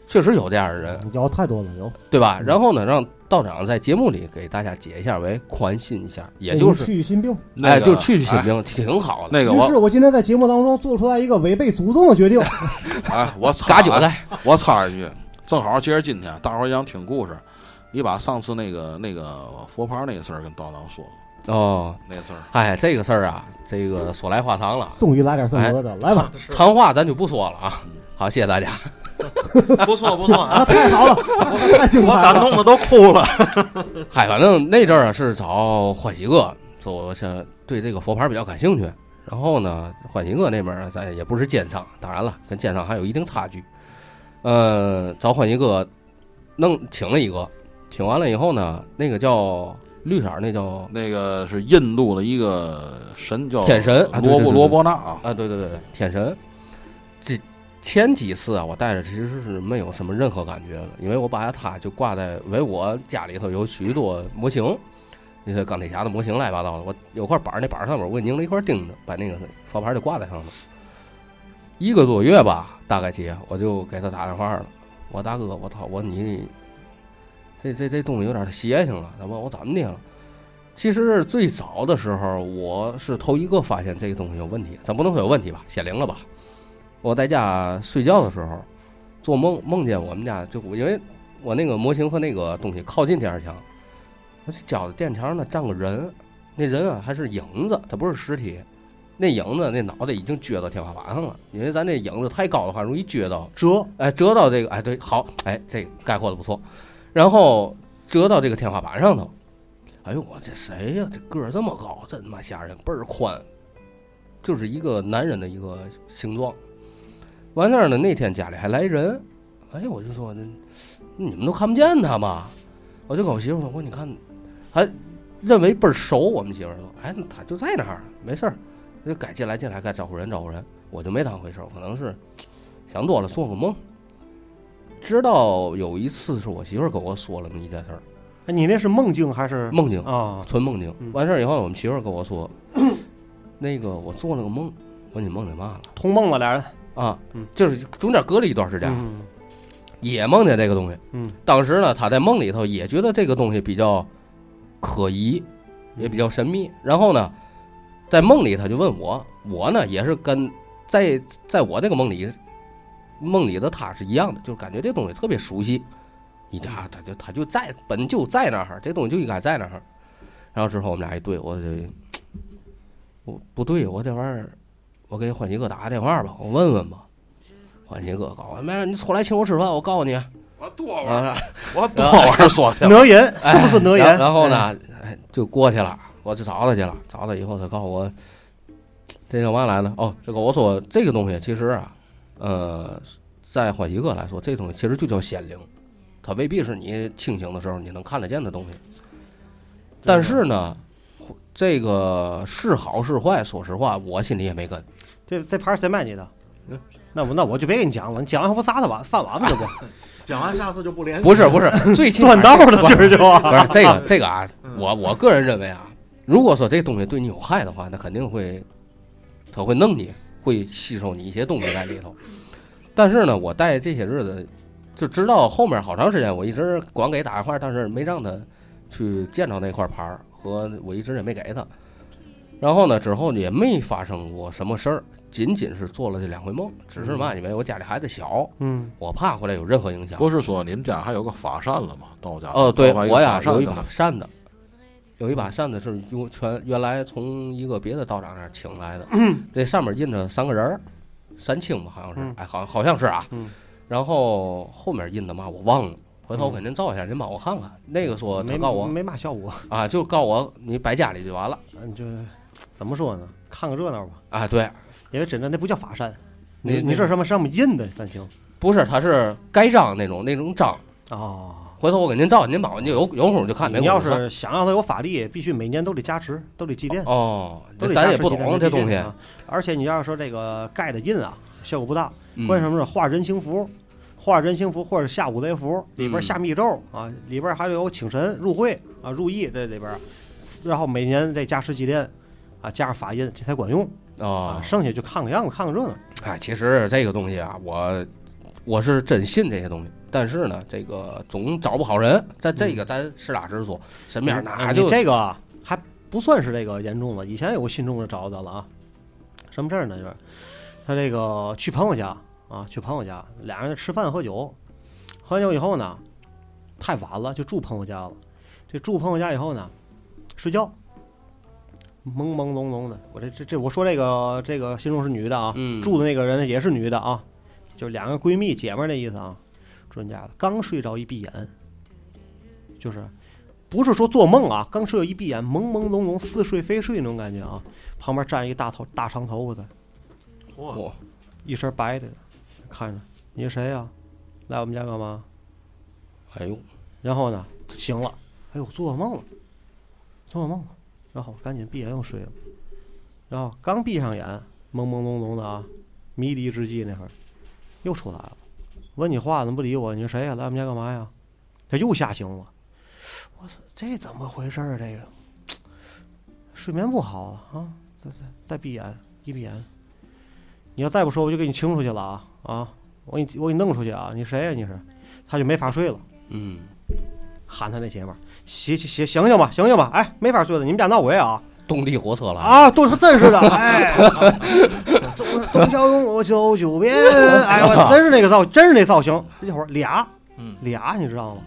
确实有这样的人，有太多了，有。对吧？嗯然后呢，让道长在节目里给大家解一下围，宽心一下，也就你是，去心病。哎，就去去去心病，挺好的。那个于是我我今天在节目当中做出来一个违背祖宗的决 定。哎，我插嘎韭菜，我插一句，正好接着今天大伙儿想听故事，你把上次那个那个佛牌那事儿跟道长说哦，那事儿。哎，这个事儿啊，这个嗯说来话长了，终于来点哎正格的，来吧，长话咱就不说了啊。嗯好，谢谢大家。不错不错啊， 啊，太好了，太精我彩感了。动的都哭啊了，嗨，反正那阵儿啊是找欢喜哥，说我想对这个佛牌比较感兴趣。然后呢，欢喜哥那边儿啊咱也不是奸商，当然了，跟奸商还有一定差距。呃，找欢喜哥弄请了一个，请完了以后呢，那个叫绿色儿那叫那个是印度的一个神叫天神啊对罗对布对罗伯纳啊，啊，对对对，对天神。这前几次啊，我戴着其实是没有什么任何感觉的，因为我把它就挂在，因为我家里头有许多模型，那些钢铁侠的模型乱七八糟的，我有块板儿，那板儿上面我给拧了一块钉子，把那个佛牌就挂在上面。一个多月吧，大概姐，我就给他打电话了。我大哥，我操，我你这这这东西有点邪性了，他问我怎么的了？其实最早的时候，我是头一个发现这个东西有问题，咱不能说有问题吧，显灵了吧？我在家睡觉的时候，做梦梦见我们家就因为我那个模型和那个东西靠近电视墙，我就觉得电视墙那站个人，那人啊还是影子，他不是实体，那影子那脑袋已经撅到天花板上了，因为咱这影子太高的话容易撅到遮哎，折到这个，哎，对，好，哎，这个概括的不错。然后折到这个天花板上头，哎呦，我这谁呀、这个儿这么高，真他妈吓人，倍儿宽，就是一个男人的一个形状。完事儿呢，那天家里还来人，哎呦，我就说，那你们都看不见他吗？我就跟我媳妇说，我说你看，还认为倍儿熟，我们媳妇儿说，哎，他就在那儿，没事儿，就该进来进来，该招呼人招呼人，我就没当回事儿，可能是想多了，做个梦。直到有一次是我媳妇儿跟我说了那一件事儿，哎你那是梦境还是梦境，啊？纯梦境嗯。完事儿以后，我们媳妇儿跟我说， 那个我做了个梦，我说你梦见嘛通梦了俩人，了啊嗯？就是中间隔了一段时间，嗯也梦见这个东西。嗯，当时呢，他在梦里头也觉得这个东西比较可疑，也比较神秘。然后呢，在梦里他就问我，我呢也是跟在在我这个梦里，梦里的他是一样的，就是感觉这东西特别熟悉。你家他就他就在本就在那儿，这东西就应该在那儿。然后之后我们俩一对，我就我不对，我这玩意儿，我给欢喜哥打个电话吧，我问问吧。欢喜哥告诉我，妹哎妹，你出来请我吃饭，我告诉你啊。我多玩儿，啊我多玩儿说去，哪人哎是不是哪然人？然后呢，哎，就过去了，我就找他去了，找他以后，他告诉我，这叫嘛来了？哦，这个我说这个东西其实啊，呃，在欢喜哥来说，这东西其实就叫显灵，它未必是你清醒的时候你能看得见的东西。但是呢，这个是好是坏，说实话，我心里也没根。这这牌儿谁卖你的嗯？哎那我那我就别给你讲了，你讲完还不砸他碗饭碗吗？这不讲完下次就不联系。不是不是， 最起码断道 了，今儿就啊不是这个这个啊，嗯我我个人认为啊，如果说这东西对你有害的话，那肯定会，它会弄你，会吸收你一些东西在里头。但是呢，我带这些日子，就直到后面好长时间，我一直光给打电话，但是没让他去见着那块牌儿，和我一直也没给他。然后呢，之后也没发生过什么事儿，仅仅是做了这两回梦，只是嘛，因为我家里孩子小，嗯，我怕回来有任何影响。不是说你们家还有个法扇了吗？道家哦，对，搞啊一个我呀法扇有一的把扇子，有一把扇子是用全原来从一个别的道长那儿请来的， 这上面印着三个人儿，三清吧，好像是，嗯哎，好好像是啊。嗯然后后面印的嘛，我忘了。回头我给您照一下，您帮我看看。那个说他没告我没嘛效果，啊，就告我你摆家里就完了嗯，就是怎么说呢？看个热闹吧，啊。对，因为真的那不叫法扇，那你你那这什么上面印的三星不是，他是盖章那种那种章。哦。回头我给您照，您帮我，您有有空就看。没你空要就看是想让它有法力，必须每年都得加持，都得祭奠，哦，都得加咱持也不祭奠懂这东西。。啊而且你要是说这个盖的印啊，效果不大。嗯关键什么是画人形符，画人形符或者下五雷符，里嗯边下密咒啊，里边还有请神入会啊、入义这里边，然后每年这加持祭奠啊，加上法印，这才管用哦啊。，剩下就看个样子，看个热闹。哎，其实这个东西啊，我我是真信这些东西，但是呢，这个总找不好人。但这个咱实打实说，身边哎哪嗯你就这个啊还不算是这个严重的，以前有个信众就找咱了啊，什么事儿呢？就是他这个去朋友家啊，去朋友家，俩人吃饭喝酒，喝完酒以后呢，太晚了就住朋友家了。这住朋友家以后呢，睡觉，朦朦胧胧的。我这这这，我说这个这个信众是女的啊，嗯住的那个人也是女的啊，就是两个闺蜜姐们儿那意思啊。住人家了，刚睡着一闭眼，就是不是说做梦啊，刚睡着一闭眼，朦朦胧胧似睡非睡那种感觉啊。旁边站一个大头大长头发的，嚯我一身白的，看着你是谁呀、啊来我们家干嘛？哎呦，然后呢，醒了，哎呦，做噩梦了，做噩梦了，然后赶紧闭眼又睡了，然后刚闭上眼，朦朦胧胧的啊，迷离之际那会儿，又出来了，问你话怎么不理我？你是谁呀、来我们家干嘛呀？他又吓醒我，我说这怎么回事儿？啊这个睡眠不好了啊，再再再闭眼，一闭眼，你要再不说我就给你清出去了啊啊！我给你我给你弄出去啊！你谁呀、你是？他就没法睡了。嗯，喊他那姐们儿，醒醒醒醒醒吧，醒醒吧，哎，没法睡了，你们家闹鬼啊动力火车了，啊，都是真是 的，哎，总总想用我九九 遍，哎呦，我真是那 个造，真是那造型，一会儿俩嗯，俩，你知道吗？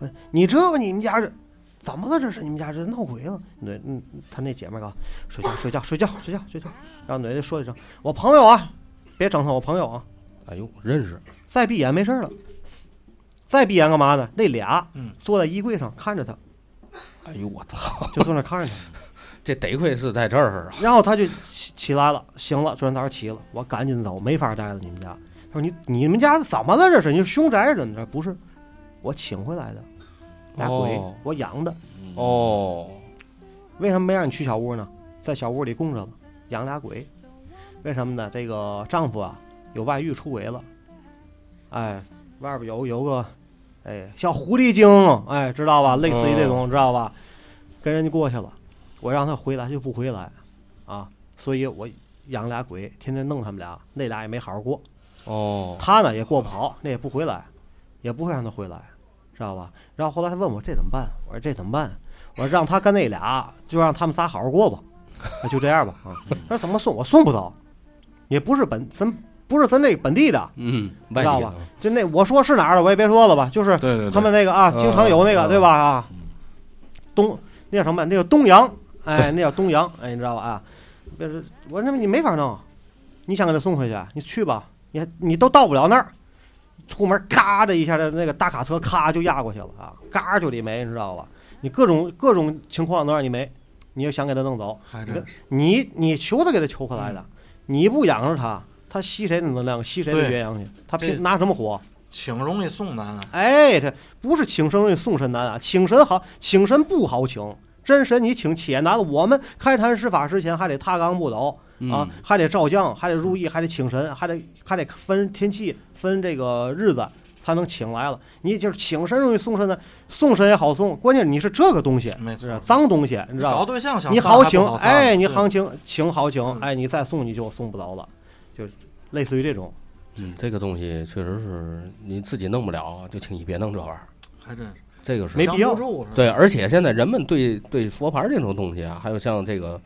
哎你知道吗？你们家这怎么了？这是你们家这闹鬼了？那嗯，他那姐们儿啊，睡觉睡觉睡觉睡觉睡觉，然后奶奶 说一声，我朋友啊，别整他，我朋友啊，哎呦，认识，再闭眼没事儿了，再闭眼干嘛呢？那俩嗯坐在衣柜上看着他，哎呦我操，就坐那看着 他。这得亏是在这儿啊，然后他就起起来了，行了，昨天早上起了，我赶紧走，没法待了。你们家，他说你你们家怎么了？这是你是凶宅是怎么着？不是，我请回来的，俩鬼、哦我养的。嗯哦，为什么没让你去小屋呢？在小屋里供着了，养俩鬼。为什么呢？这个丈夫啊有外遇出轨了，哎，外边有有个，哎，小狐狸精，哎，知道吧？类似于这种，知道吧？跟人家过去了，我让他回来他就不回来，啊，所以我养俩鬼，天天弄他们俩，那俩也没好好过。哦，他呢也过不好，那也不回来，也不会让他回来，知道吧？然后后来他问我这怎么办，我说这怎么办？我说让他跟那俩，就让他们仨好好过吧，那就这样吧啊。他说怎么送？我送不到，也不是本咱不是咱这本 地的，嗯，知外道地吧的，？就那我说是哪儿的，我也别说了吧，就是对对对，他们那个啊，嗯经常有那个嗯对吧啊嗯，东那叫什么？那叫东阳，哎，那叫东阳，哎，你知道吧啊？别是我认为你没法弄，你想给他送回去，啊你去吧，你还你都到不了那儿，出门咔的一下，那个大卡车咔就压过去了啊，嘎就得没，你知道吧？你各种各种情况都让你没，你又想给他弄走，还真是你你求他给他求回来的，你不养着他，他吸谁的能量，吸谁的对元阳去，他这凭拿什么活？请容易送难啊。哎，这不是请神容易送神难啊，请神好，请神不好请，真神你请且难了。我们开坛施法之前还得踏罡步斗啊，嗯，还得照将，还得入役，还得请神，还得还得分天气，分这个日子才能请来了。你就是请神容易送神难，送神也好送，关键你是这个东西，没错是脏东西，你知道搞吧？对象想你好请，哎，你好行情请好请，哎，你再送你就送不着了，就类似于这种。嗯，这个东西确实是你自己弄不了，就请你别弄这玩意儿，还真是这个是没必要降不住是吧对，而且现在人们对对佛牌这种东西啊，还有像这个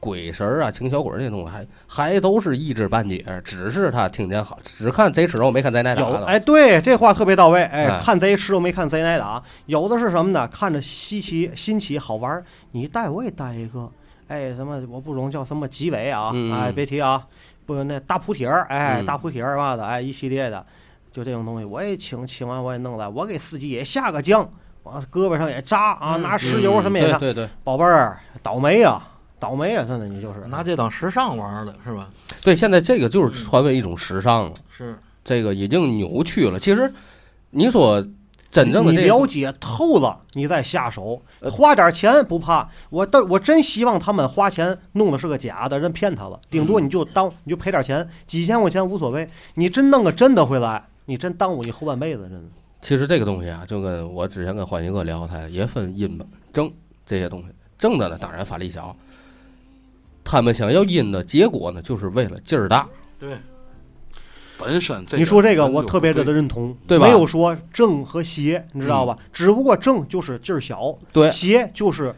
鬼神儿啊、请小鬼儿这种，还还都是一知半解，只是他听见好，只看贼吃肉，没看贼挨打有的。哎，对，这话特别到位。哎哎，看贼吃肉没看贼挨打，有的是什么呢？看着稀奇、新奇、好玩儿，你带我也带一个。哎，什么我不懂叫什么极尾啊？嗯哎，别提啊，不那大扑铁儿，哎，嗯大扑铁儿嘛的，哎，一系列的，就这种东西，我也请，请完我也弄来，我给司机也下个酱，往胳膊上也扎啊，嗯拿石油什么也嗯上。对对对宝贝儿，倒霉啊，倒霉啊，真的你就是拿这当时尚玩儿了，是吧？对，现在这个就是传为一种时尚了，是这个已经扭曲了。其实你所真正的你这个了解透了，你再下手，呃花点钱不怕。我但我真希望他们花钱弄的是个假的，人骗他了。顶嗯多你就当你就赔点钱，几千块钱无所谓。你真弄个真的回来，你真耽误你后半辈子，真的。其实这个东西啊，就跟我之前跟欢迎哥聊，他也分阴吧、正这些东西。正的呢，当然法力小。他们想要阴的结果呢，就是为了劲儿大。对，本身这你说这个，本身我就特别不值对得认同，对吧嗯没有说正和邪，你知道吧？只不过正就是劲儿小，对邪就是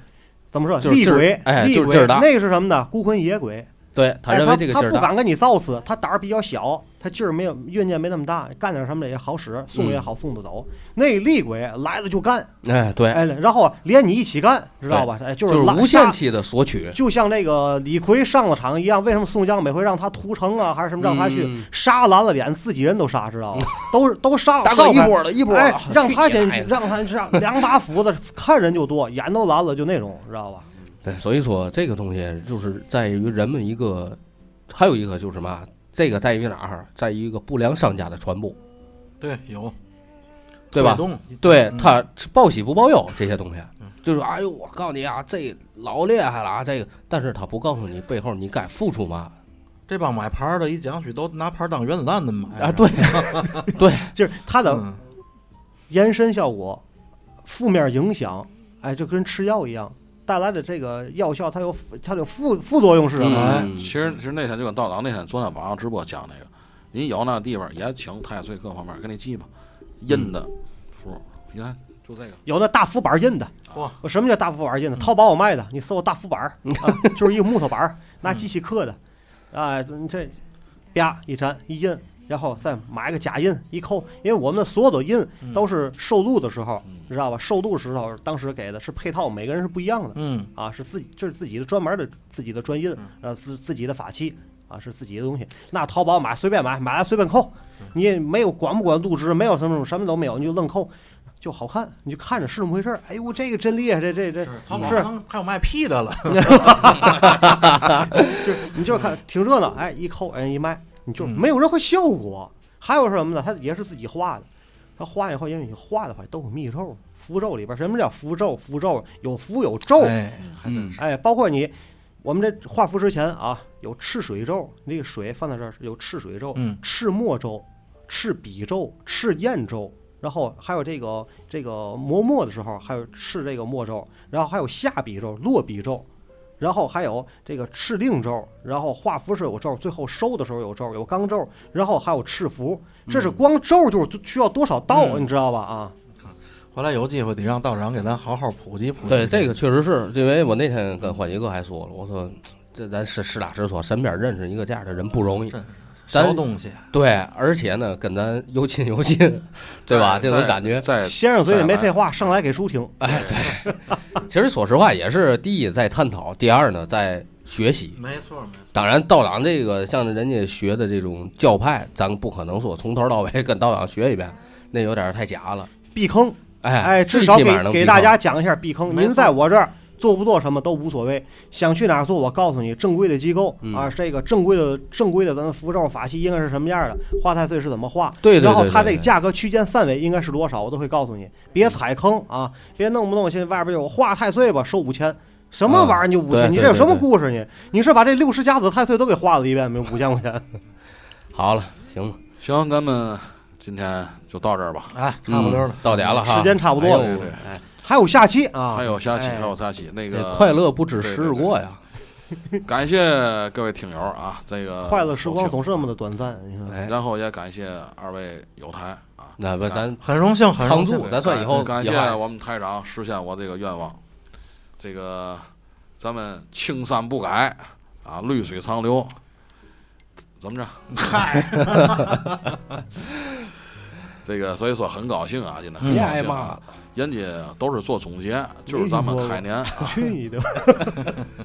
怎么说就是厉劲儿鬼，哎厉就是鬼劲儿大那个是什么呢？孤魂野鬼。对他哎认为这个劲他儿不大，敢跟你造次，他胆儿比较小，他劲儿没有怨念没那么大，干点什么的也好使，送也好送得走。那厉鬼来了就干，嗯哎，对，哎，然后连你一起干，知道吧？哎，就就是是拉无限下期的索取，就像那个李逵上了场一样，为什么宋江每回让他屠城啊，还是什么让他去、嗯杀蓝了脸，自己人都杀，知道吗？ 都是都杀，大烧哥一开波了，一波哎了，，让他去先你奶奶让他上两把斧子，看人就剁，眼都蓝了，就那种，知道 吧？对，所以说这个东西就是在于人们一个，还有一个就是嘛，这个在于哪儿？在于一个不良商家的传播，对，有对吧推动对嗯他报喜不报忧这些东西，就说哎呦，我告诉你啊，这老厉害了啊，这个，但是他不告诉你背后你该付出嘛这帮买牌儿的一讲许都拿牌儿当原子弹的买哎啊，对，就是它的嗯延伸效果、负面影响，哎，就跟吃药一样，带来的这个药效，它有它有副副作用是什么？嗯哎，其实其实那天就跟道长那天昨天晚上直播讲那个，你有那地方也请太岁各方面给你记吧，印的符，你看就这个。有那大浮板印的嚯。我什么叫大浮板印的？淘宝我卖的，你搜大浮板儿，啊，就是一个木头板儿，拿机器刻的，啊，你这啪一粘一印，然后再买个假印一扣，因为我们的所有的印都是受录的时候，你知道吧？受录时候当时给的是配套，每个人是不一样的。嗯，啊，是自己这是自己的专门的自己的专印，嗯呃，自自己的法器啊，是自己的东西。那淘宝买随便买，买了随便扣，嗯你也没有管不管度值，没有什么什么都没有，你就愣扣，就好看，你就看着是那么回事儿。哎呦，这个真厉害，这这这，是淘宝是上还有卖屁 的了，就是嗯你就是看挺热闹，哎，一扣人一卖，你就没有任何效果。还有是什么呢？它也是自己画的。它画以后，因为你画的话都有密咒、符咒里边儿，什么叫符咒？符咒有符有咒，哎，还真嗯是，哎，包括你，我们这画符之前啊，有赤水咒，那个水放在这儿有赤水咒、嗯赤墨咒、赤笔咒、赤砚咒，然后还有这个这个磨墨的时候，还有赤这个墨咒，然后还有下笔咒、落笔咒。然后还有这个赤令咒，然后画符时候有咒，最后收的时候有咒，有钢咒，然后还有赤符，嗯这是光咒就是需要多少道，你知道吧？啊，回来有机会得让道长给咱好好普及普及。对，这个确实是因为我那天跟欢喜哥还说了，我说这咱实实打实说，身边认识一个这样的人不容易真。咱小东西，对，而且呢，跟咱有亲有近，对吧？这种感觉，在先生嘴里没哎再来废话，上来给书听。哎，对。其实说实话，也是第一在探讨，第二呢在学习。没错没错。当然，道长这个像人家学的这种教派，咱不可能说从头到尾跟道长学一遍，那有点太假了。避坑，哎，哎，至最少起给码能给避大坑家讲一下避坑。没您错在我这儿做不做什么都无所谓，想去哪儿做，我告诉你，正规的机构嗯啊，这个正规的正规的咱们符咒法器应该是什么样的，画太岁是怎么画，对对对然后它对这对个价格区间范围应该是多少，我都会告诉你，别踩坑啊，别弄不弄现在外边有画太岁吧，收五千。什么啊玩意儿？你五对千？你对这有对什么对故事？你你是把这六十甲子太岁都给画了一遍没？五千块钱，好了，行了，行，咱们今天就到这儿吧。哎，差不多了。嗯到点了哈，时间差不多哎了呦对对，还有下期啊，还有下期，哎还有下期那这个快乐不止对时对日对过呀！感谢各位听友啊，这个快乐时光总是收那么的短暂，你说。哎听，，然后也感谢二位友台啊，那不咱很荣幸，很常荣幸。驻，咱算以后感以谢后还我们台长实现我这个愿望，这个咱们青山不改啊，绿水长流，怎么着？嗨， 这个所以说很高兴啊，今天很别高挨兴骂啊了，，人家都是做总结，就是咱们开年啊，去你的！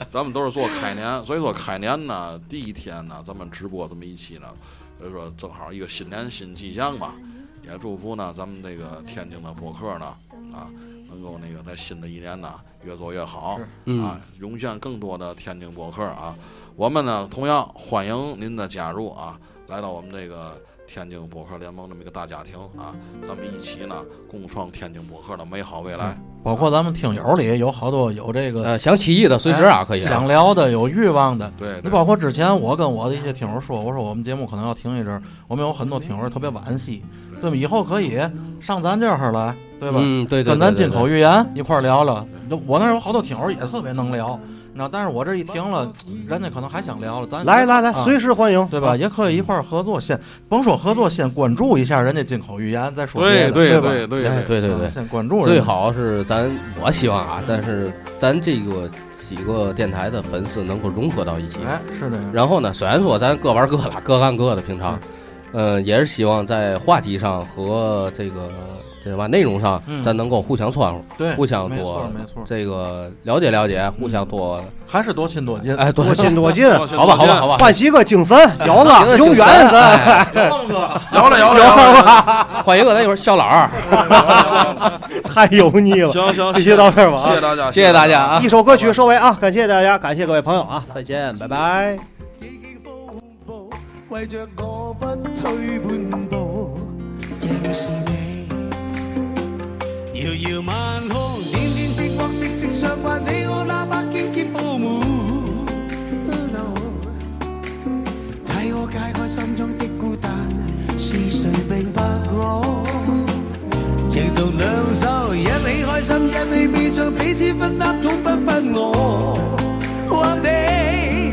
咱们都是做开年，所以说开年呢，第一天呢，咱们直播这么一期呢，所以说正好一个新年新气象吧，也祝福呢咱们这个天津的博客呢啊，能够那个在新的一年呢越做越好嗯啊，，涌现更多的天津博客啊，我们呢同样欢迎您的加入啊，来到我们这个。天津博客联盟这么一个大家庭啊，咱们一起呢共创天津博客的美好未来。包括咱们听友里有好多有这个呃，想起义的随时哎啊，可以啊，想聊的、有欲望的。对，对你包括之前我跟我的一些听友说，我说我们节目可能要停一阵儿，我们有很多听友特别惋惜，对吧？以后可以上咱这儿来，对吧？嗯，对对，跟咱对金对口玉言一块儿聊聊。我那儿有好多听友也特别能聊，你知道，但是我这一停了，人家可能还想聊了，咱来来来，啊随时欢迎，对吧？也可以一块儿合作，先甭说合作，先关注一下人家金口玉言，再说别的，对吧？对对哎，对对对啊，先关注人家嗯最好是咱，我希望啊，但是咱这个几个电台的粉丝能够融合到一起。哎，是这样。然后呢，虽然说咱各玩各的，各干各的，平常，嗯，也是希望在话题上和这个这吧内容上，嗯咱能够互相穿和，对，互相没错多没错，嗯这个了解了解，互相多还是多亲多近。哎多多亲多近，好吧好吧好吧，换一个精神哎饺子，永远的。的。浪哥，摇了摇了摇了，欢迎我哎那一会儿肖老 二， 太油腻了。行行，这期到这儿吧谢谢啊，大家，谢谢大家啊。一首歌曲收尾啊，感谢大家，感谢各位朋友啊，再见，拜拜。已經風暴，為着我不退半步，正是你。遙遙晚空，點點星光，星星你必將彼此分擔，總不分我或你。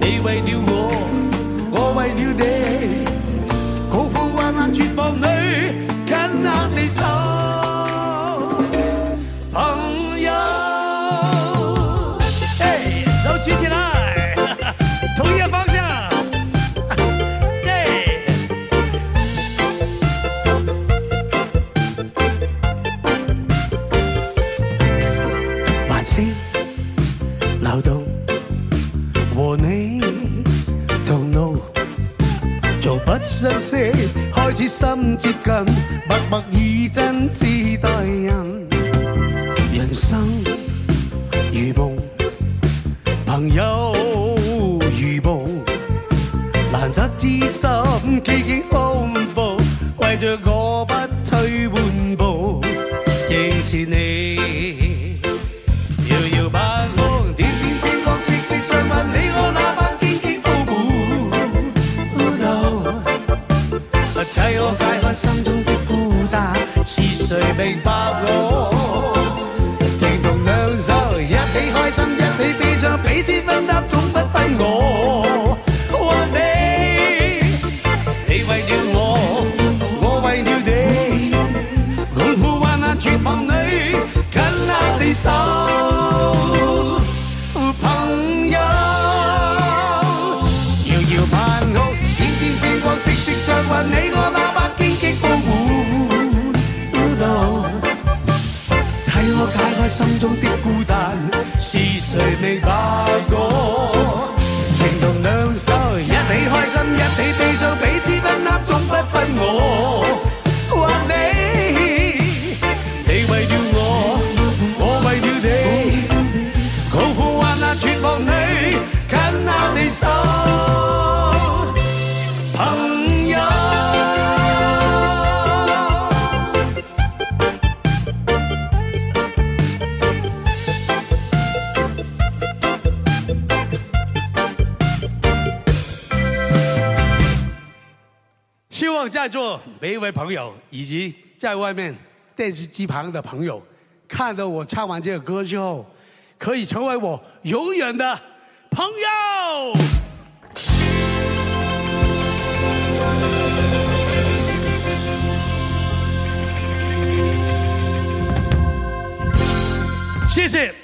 你為了我，我為了你，狂風幻浪絕望裏，緊握你手，朋友。嘿，手舉起 來，同一方向。 耶。还声流动，和你同路，從不相識開始心接近，默默以真摯待人。人生如夢，朋友如夢。難得知心，幾經風暴，為着我不退半步，正是你。遙遙晚空，點點星光，息息相吻，你我那晚荊棘鋪滿路。替我解開心中的孤單，是誰明白我？情同兩手，一起開心，一起悲傷，彼此分擔，總不分我和你。你為了我，我為了你，共赴患難絕望裏，緊握你手，朋友。遙遙晚空，點點星光，息息相關。你我那百荊棘鋪滿路，替我解開心中的孤單。是誰明白我？情同兩手，一起開心，一起悲傷，彼此分擔，總不分我或你。你為了我，我為了你。共赴患難絕望裏，緊握你手，朋友。希望在座每一位朋友，以及在外面电视机旁的朋友，看到我唱完这个歌之后，可以成为我永远的朋友。谢谢。